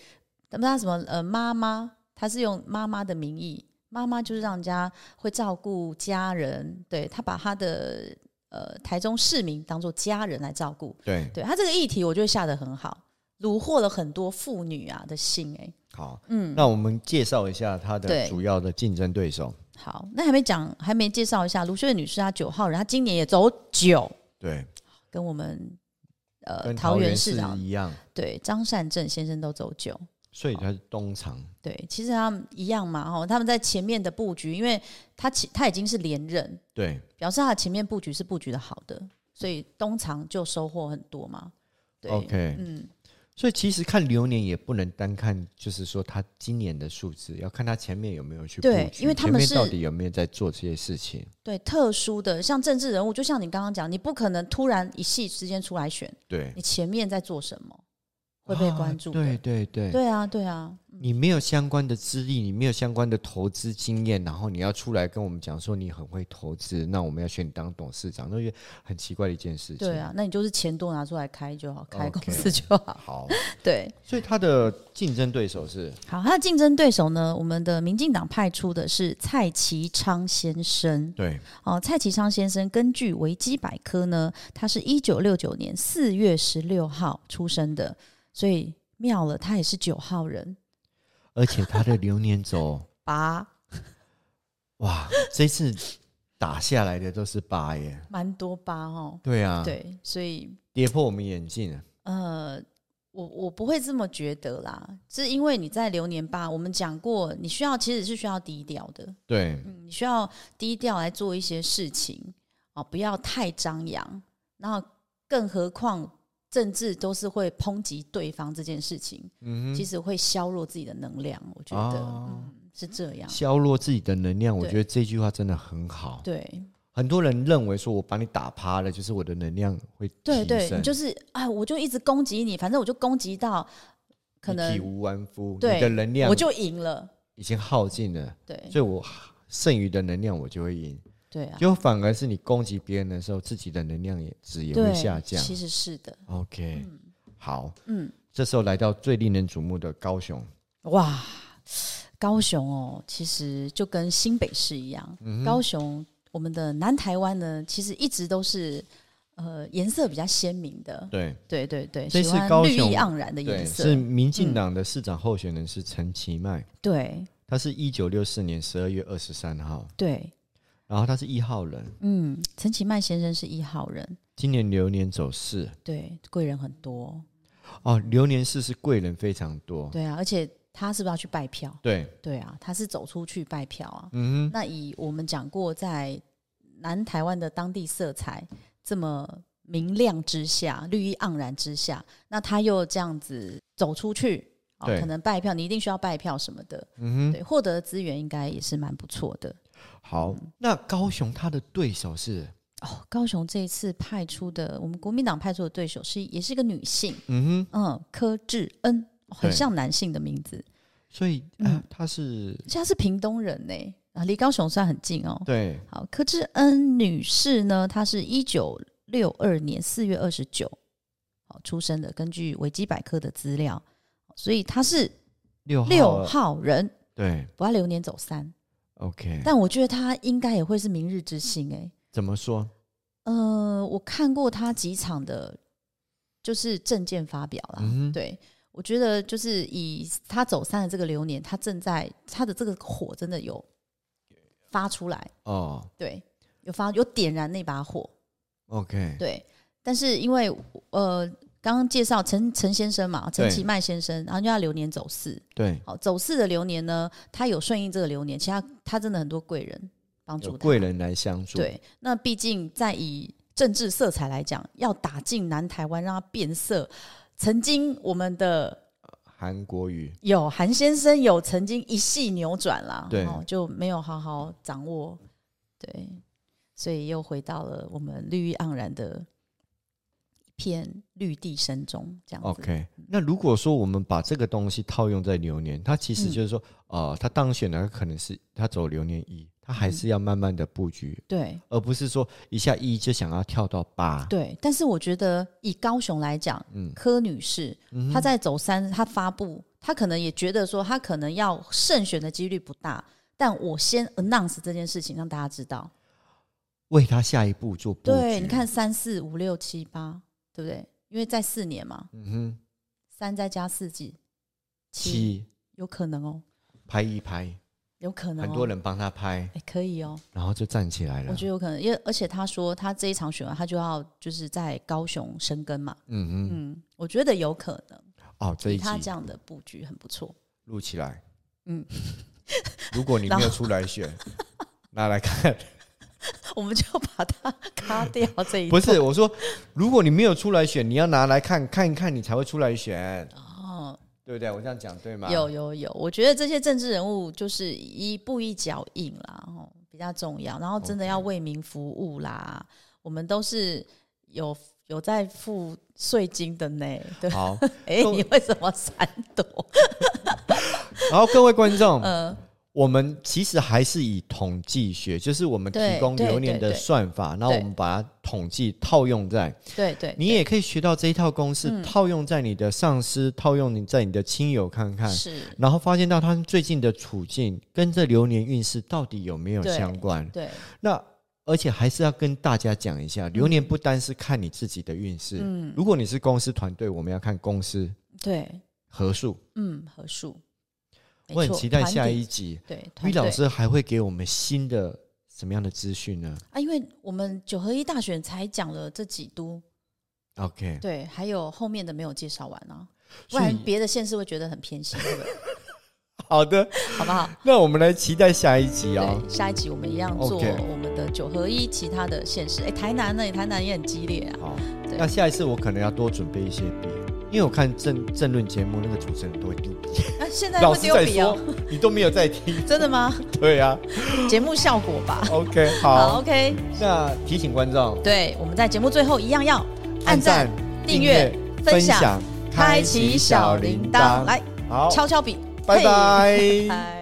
[SPEAKER 1] 他们那什么呃妈妈，她是用妈妈的名义，妈妈就是让人家会照顾家人，对她把她的呃台中市民当做家人来照顾。
[SPEAKER 2] 对，
[SPEAKER 1] 对她这个议题，我觉得下得很好，虏获了很多妇女啊的心、哎，
[SPEAKER 2] 好，
[SPEAKER 1] 嗯，
[SPEAKER 2] 那我们介绍一下她的
[SPEAKER 1] 对
[SPEAKER 2] 主要的竞争对手。
[SPEAKER 1] 好，那还没讲，还没介绍一下卢秀燕女士，她九号人，她今年也走九。
[SPEAKER 2] 对，
[SPEAKER 1] 跟我们呃
[SPEAKER 2] 跟
[SPEAKER 1] 桃
[SPEAKER 2] 园
[SPEAKER 1] 园市长
[SPEAKER 2] 一样，
[SPEAKER 1] 对张善政先生都走九。
[SPEAKER 2] 所以他是东厂。
[SPEAKER 1] 对，其实他们一样嘛，哈，他们在前面的布局，因为他其他已经是连任，
[SPEAKER 2] 对，
[SPEAKER 1] 表示他的前面布局是布局的好的，所以东厂就收获很多嘛。对
[SPEAKER 2] OK
[SPEAKER 1] 嗯，
[SPEAKER 2] 所以其实看流年也不能单看，就是说他今年的数字，要看他前面有没有去布
[SPEAKER 1] 对
[SPEAKER 2] 局
[SPEAKER 1] 因为他们
[SPEAKER 2] 前面
[SPEAKER 1] 是
[SPEAKER 2] 到底有没有在做这些事情。
[SPEAKER 1] 对，特殊的像政治人物，就像你刚刚讲，你不可能突然一夕之间出来选，
[SPEAKER 2] 对，
[SPEAKER 1] 你前面在做什么会被关注
[SPEAKER 2] 啊
[SPEAKER 1] 的。
[SPEAKER 2] 对对对。
[SPEAKER 1] 对啊，对啊，嗯
[SPEAKER 2] 你没有相关的资历，你没有相关的投资经验，然后你要出来跟我们讲说你很会投资，那我们要选你当董事长，那就很奇怪的一件事情。
[SPEAKER 1] 对，啊，那你就是钱多拿出来开就好，开
[SPEAKER 2] OK
[SPEAKER 1] 公司就好。
[SPEAKER 2] 好，
[SPEAKER 1] 对，
[SPEAKER 2] 所以他的竞争对手是
[SPEAKER 1] 好，他的竞争对手呢，我们的民进党派出的是蔡其昌先生。
[SPEAKER 2] 对
[SPEAKER 1] 哦，蔡其昌先生根据维基百科呢，他是一九六九年四月十六号出生的，所以妙了，他也是九号人。
[SPEAKER 2] 而且他的流年轴，
[SPEAKER 1] 八
[SPEAKER 2] 哇，这次打下来的都是八耶。
[SPEAKER 1] 蛮多八哦，
[SPEAKER 2] 对啊，，
[SPEAKER 1] 对，所以
[SPEAKER 2] 跌破我们眼镜啊了。
[SPEAKER 1] 呃，我我不会这么觉得啦，是因为你在流年八，我们讲过，你需要其实是需要低调的，
[SPEAKER 2] 对，
[SPEAKER 1] 嗯，你需要低调来做一些事情啊、哦不要太张扬。那更何况政治都是会抨击对方这件事情，
[SPEAKER 2] 嗯
[SPEAKER 1] 其
[SPEAKER 2] 哼，
[SPEAKER 1] 实会削弱自己的能量，我觉得、
[SPEAKER 2] 哦
[SPEAKER 1] 嗯是这样，
[SPEAKER 2] 削弱自己的能量，我
[SPEAKER 1] 对
[SPEAKER 2] 觉得这句话真的很好。
[SPEAKER 1] 对。
[SPEAKER 2] 很多人认为说我把你打趴了，就是我的能量会提
[SPEAKER 1] 对
[SPEAKER 2] 升，
[SPEAKER 1] 对，你就是哎，我就一直攻击你，反正我就攻击到可能
[SPEAKER 2] 你体无完肤，
[SPEAKER 1] 对
[SPEAKER 2] 你的能量
[SPEAKER 1] 我就赢了。
[SPEAKER 2] 已经耗尽了，
[SPEAKER 1] 对
[SPEAKER 2] 所以我剩余的能量我就会赢，
[SPEAKER 1] 对啊，
[SPEAKER 2] 就反而是你攻击别人的时候，自己的能量也值也会
[SPEAKER 1] 对
[SPEAKER 2] 下降。
[SPEAKER 1] 其实是的，
[SPEAKER 2] OK，、好，
[SPEAKER 1] 嗯，
[SPEAKER 2] 这时候来到最令人瞩目的高雄，
[SPEAKER 1] 哇，高雄哦，其实就跟新北市一样，
[SPEAKER 2] 嗯
[SPEAKER 1] 高雄我们的南台湾呢，其实一直都是呃颜色比较鲜明的，
[SPEAKER 2] 对
[SPEAKER 1] 对对对，
[SPEAKER 2] 这
[SPEAKER 1] 喜
[SPEAKER 2] 次
[SPEAKER 1] 欢
[SPEAKER 2] 高
[SPEAKER 1] 绿
[SPEAKER 2] 雄
[SPEAKER 1] 意盎然的
[SPEAKER 2] 对，
[SPEAKER 1] 颜
[SPEAKER 2] 是
[SPEAKER 1] 色，嗯
[SPEAKER 2] 民进党的市长候选人是陈其迈，
[SPEAKER 1] 对
[SPEAKER 2] 他是一九六四年十二月二十三号，
[SPEAKER 1] 对，
[SPEAKER 2] 然后他是一号人，
[SPEAKER 1] 嗯，陈其迈先生是一号人，
[SPEAKER 2] 今年流年走势
[SPEAKER 1] 对，贵人很多，
[SPEAKER 2] 哦，流年四是贵人非常多，
[SPEAKER 1] 对啊，而且他是不是要去拜票？
[SPEAKER 2] 对，
[SPEAKER 1] 对啊，他是走出去拜票啊，
[SPEAKER 2] 嗯哼，
[SPEAKER 1] 那以我们讲过，在南台湾的当地色彩这么明亮之下、绿意盎然之下，那他又这样子走出去，哦
[SPEAKER 2] 对，
[SPEAKER 1] 可能拜票，你一定需要拜票什么的，
[SPEAKER 2] 嗯
[SPEAKER 1] 对，获得的资源应该也是蛮不错的。
[SPEAKER 2] 哼，好，
[SPEAKER 1] 嗯
[SPEAKER 2] 那高雄他的对手是，
[SPEAKER 1] 哦，高雄这一次派出的，我们国民党派出的对手是也是一个女性，
[SPEAKER 2] 嗯哼，
[SPEAKER 1] 嗯，柯志恩，哦很
[SPEAKER 2] 对
[SPEAKER 1] 像男性的名字，
[SPEAKER 2] 所以
[SPEAKER 1] 嗯
[SPEAKER 2] 啊，他是
[SPEAKER 1] 而且她是屏东人呢、啊，离高雄算很近哦。
[SPEAKER 2] 对，
[SPEAKER 1] 好，柯志恩女士呢，她是一九六二年四月二十九好出生的，根据维基百科的资料，所以她是
[SPEAKER 2] 六号
[SPEAKER 1] 六号人，
[SPEAKER 2] 对
[SPEAKER 1] 不要流年走三。
[SPEAKER 2] ，OK，
[SPEAKER 1] 但我觉得她应该也会是明日之星哎、
[SPEAKER 2] 怎么说？
[SPEAKER 1] 啊呃，我看过她几场的，就是证件发表啦，
[SPEAKER 2] 嗯哼
[SPEAKER 1] 对。我觉得就是以她走三的这个流年，她正在她的这个火真的有发出来，
[SPEAKER 2] 哦
[SPEAKER 1] 对，有发有点燃那把火，
[SPEAKER 2] ，OK，
[SPEAKER 1] 对，但是因为呃，刚刚介绍陈陈先生嘛，陈
[SPEAKER 2] 对
[SPEAKER 1] 其迈先生，然后就他流年走四，
[SPEAKER 2] 对，
[SPEAKER 1] 好走四的流年呢，他有顺应这个流年，其实他他真的很多贵人帮助
[SPEAKER 2] 有
[SPEAKER 1] 他，
[SPEAKER 2] 贵人来相助，
[SPEAKER 1] 对，那毕竟在以政治色彩来讲，要打进南台湾，让它变色。曾经我们的
[SPEAKER 2] 韩国瑜，
[SPEAKER 1] 有韩先生有曾经一系扭转啦，
[SPEAKER 2] 对
[SPEAKER 1] 哦，就没有好好掌握，对，所以又回到了我们绿意盎然的一片绿地声中，这样子。嗯
[SPEAKER 2] OK，那如果说我们把这个东西套用在流年，它其实
[SPEAKER 1] 嗯
[SPEAKER 2] 就是说，呃，他当选了，他可能是他走流年一，他
[SPEAKER 1] 嗯
[SPEAKER 2] 还是要慢慢的布局，
[SPEAKER 1] 对
[SPEAKER 2] 而不是说一下一就想要跳到八。
[SPEAKER 1] 对，但是我觉得以高雄来讲，
[SPEAKER 2] 嗯
[SPEAKER 1] 柯女士
[SPEAKER 2] 嗯
[SPEAKER 1] 她在走三，她发布，她可能也觉得说，她可能要胜选的几率不大，但我先 announce 这件事情，让大家知道。
[SPEAKER 2] 为他下一步做布局。
[SPEAKER 1] 对，你看，三四五六七八，对不对？因为在四年嘛，
[SPEAKER 2] 嗯哼，
[SPEAKER 1] 三再加四季，
[SPEAKER 2] 七
[SPEAKER 1] 有可能哦，
[SPEAKER 2] 拍一拍，
[SPEAKER 1] 有可能、哦，
[SPEAKER 2] 很多人帮啊他拍，
[SPEAKER 1] 哎，可以哦，
[SPEAKER 2] 然后就站起来了。
[SPEAKER 1] 我觉得有可能，因为而且他说他这一场选完，他就要就是在高雄生根嘛，
[SPEAKER 2] 嗯哼，
[SPEAKER 1] 嗯，我觉得有可能，
[SPEAKER 2] 哦，这
[SPEAKER 1] 以
[SPEAKER 2] 一
[SPEAKER 1] 他这
[SPEAKER 2] 集
[SPEAKER 1] 样的布局很不错，
[SPEAKER 2] 录起来。
[SPEAKER 1] 嗯，
[SPEAKER 2] 如果你没
[SPEAKER 1] 然
[SPEAKER 2] 有出来选，拿来 看。
[SPEAKER 1] 我们就把 它卡掉这一
[SPEAKER 2] 不是我说，如果你没有出来选，你要拿来看看一看，你才会出来选，
[SPEAKER 1] 哦，
[SPEAKER 2] 对不对？我这样讲对吗？
[SPEAKER 1] 有有有，我觉得这些政治人物就是一步一脚印啦，哦，比较重要。然后真的要为民服务啦，我们都是有有在付税金的呢。对，
[SPEAKER 2] 好，
[SPEAKER 1] 哎、
[SPEAKER 2] 都
[SPEAKER 1] 你为什么闪躲？
[SPEAKER 2] 然后各位观 众，
[SPEAKER 1] 呃，
[SPEAKER 2] 我们其实还是以统计学，就是我们提
[SPEAKER 1] 对
[SPEAKER 2] 供
[SPEAKER 1] 对
[SPEAKER 2] 流年
[SPEAKER 1] 对
[SPEAKER 2] 的
[SPEAKER 1] 对
[SPEAKER 2] 算法，然后我
[SPEAKER 1] 对
[SPEAKER 2] 们把它统计套用在，
[SPEAKER 1] 对对，嗯
[SPEAKER 2] 你也可以学到这一套公式，套用在你的上司，套用你在你的亲友看看，
[SPEAKER 1] 是，
[SPEAKER 2] 然后发现到他们最近的处境跟这流年运势到底有没有
[SPEAKER 1] 对
[SPEAKER 2] 相关。
[SPEAKER 1] 对，
[SPEAKER 2] 那而且还是要跟大家讲一下，
[SPEAKER 1] 嗯
[SPEAKER 2] 流年不单是看你自己的运势，如果你是公司团队，我们要看公司
[SPEAKER 1] 对，
[SPEAKER 2] 合数。
[SPEAKER 1] 嗯，合数。没
[SPEAKER 2] 我很
[SPEAKER 1] 错
[SPEAKER 2] 期待
[SPEAKER 1] 团
[SPEAKER 2] 下
[SPEAKER 1] 体
[SPEAKER 2] 一集，
[SPEAKER 1] 对
[SPEAKER 2] 于
[SPEAKER 1] 团
[SPEAKER 2] 老
[SPEAKER 1] 队
[SPEAKER 2] 师还会给我们新的什么样的资讯呢
[SPEAKER 1] 啊，因为我们九合一大选才讲了这几都，
[SPEAKER 2] ？OK，
[SPEAKER 1] 对，还有后面的没有介绍完啊，不
[SPEAKER 2] 所
[SPEAKER 1] 然
[SPEAKER 2] 以
[SPEAKER 1] 别的县市会觉得很偏心，对 不对？
[SPEAKER 2] 好的，
[SPEAKER 1] 好不好？
[SPEAKER 2] 那我们来期待下一集啊、
[SPEAKER 1] 对，下一集我们一样做
[SPEAKER 2] OK
[SPEAKER 1] 我们的九合一其他的县市。哎，台南呢？台南也很激烈啊。
[SPEAKER 2] 好，
[SPEAKER 1] 对
[SPEAKER 2] 那下一次我可能要多准备一些笔，因为我看政政论节目那个主持人都会丢笔，
[SPEAKER 1] 那、现在
[SPEAKER 2] 老
[SPEAKER 1] 会
[SPEAKER 2] 师
[SPEAKER 1] 丢
[SPEAKER 2] 在
[SPEAKER 1] 笔哦
[SPEAKER 2] 说，你都没有在听，
[SPEAKER 1] 真的吗？
[SPEAKER 2] 对啊
[SPEAKER 1] 节目效果吧。
[SPEAKER 2] ，OK，
[SPEAKER 1] 好
[SPEAKER 2] 好，
[SPEAKER 1] ，OK，
[SPEAKER 2] 那提醒观众
[SPEAKER 1] 对，我们在节目最后一样要按赞、订阅、分
[SPEAKER 2] 分
[SPEAKER 1] 享、
[SPEAKER 2] 享、
[SPEAKER 1] 开启小铃铛，，来
[SPEAKER 2] 好，
[SPEAKER 1] 敲敲笔，
[SPEAKER 2] 拜
[SPEAKER 1] 嘿
[SPEAKER 2] 拜。
[SPEAKER 1] 拜。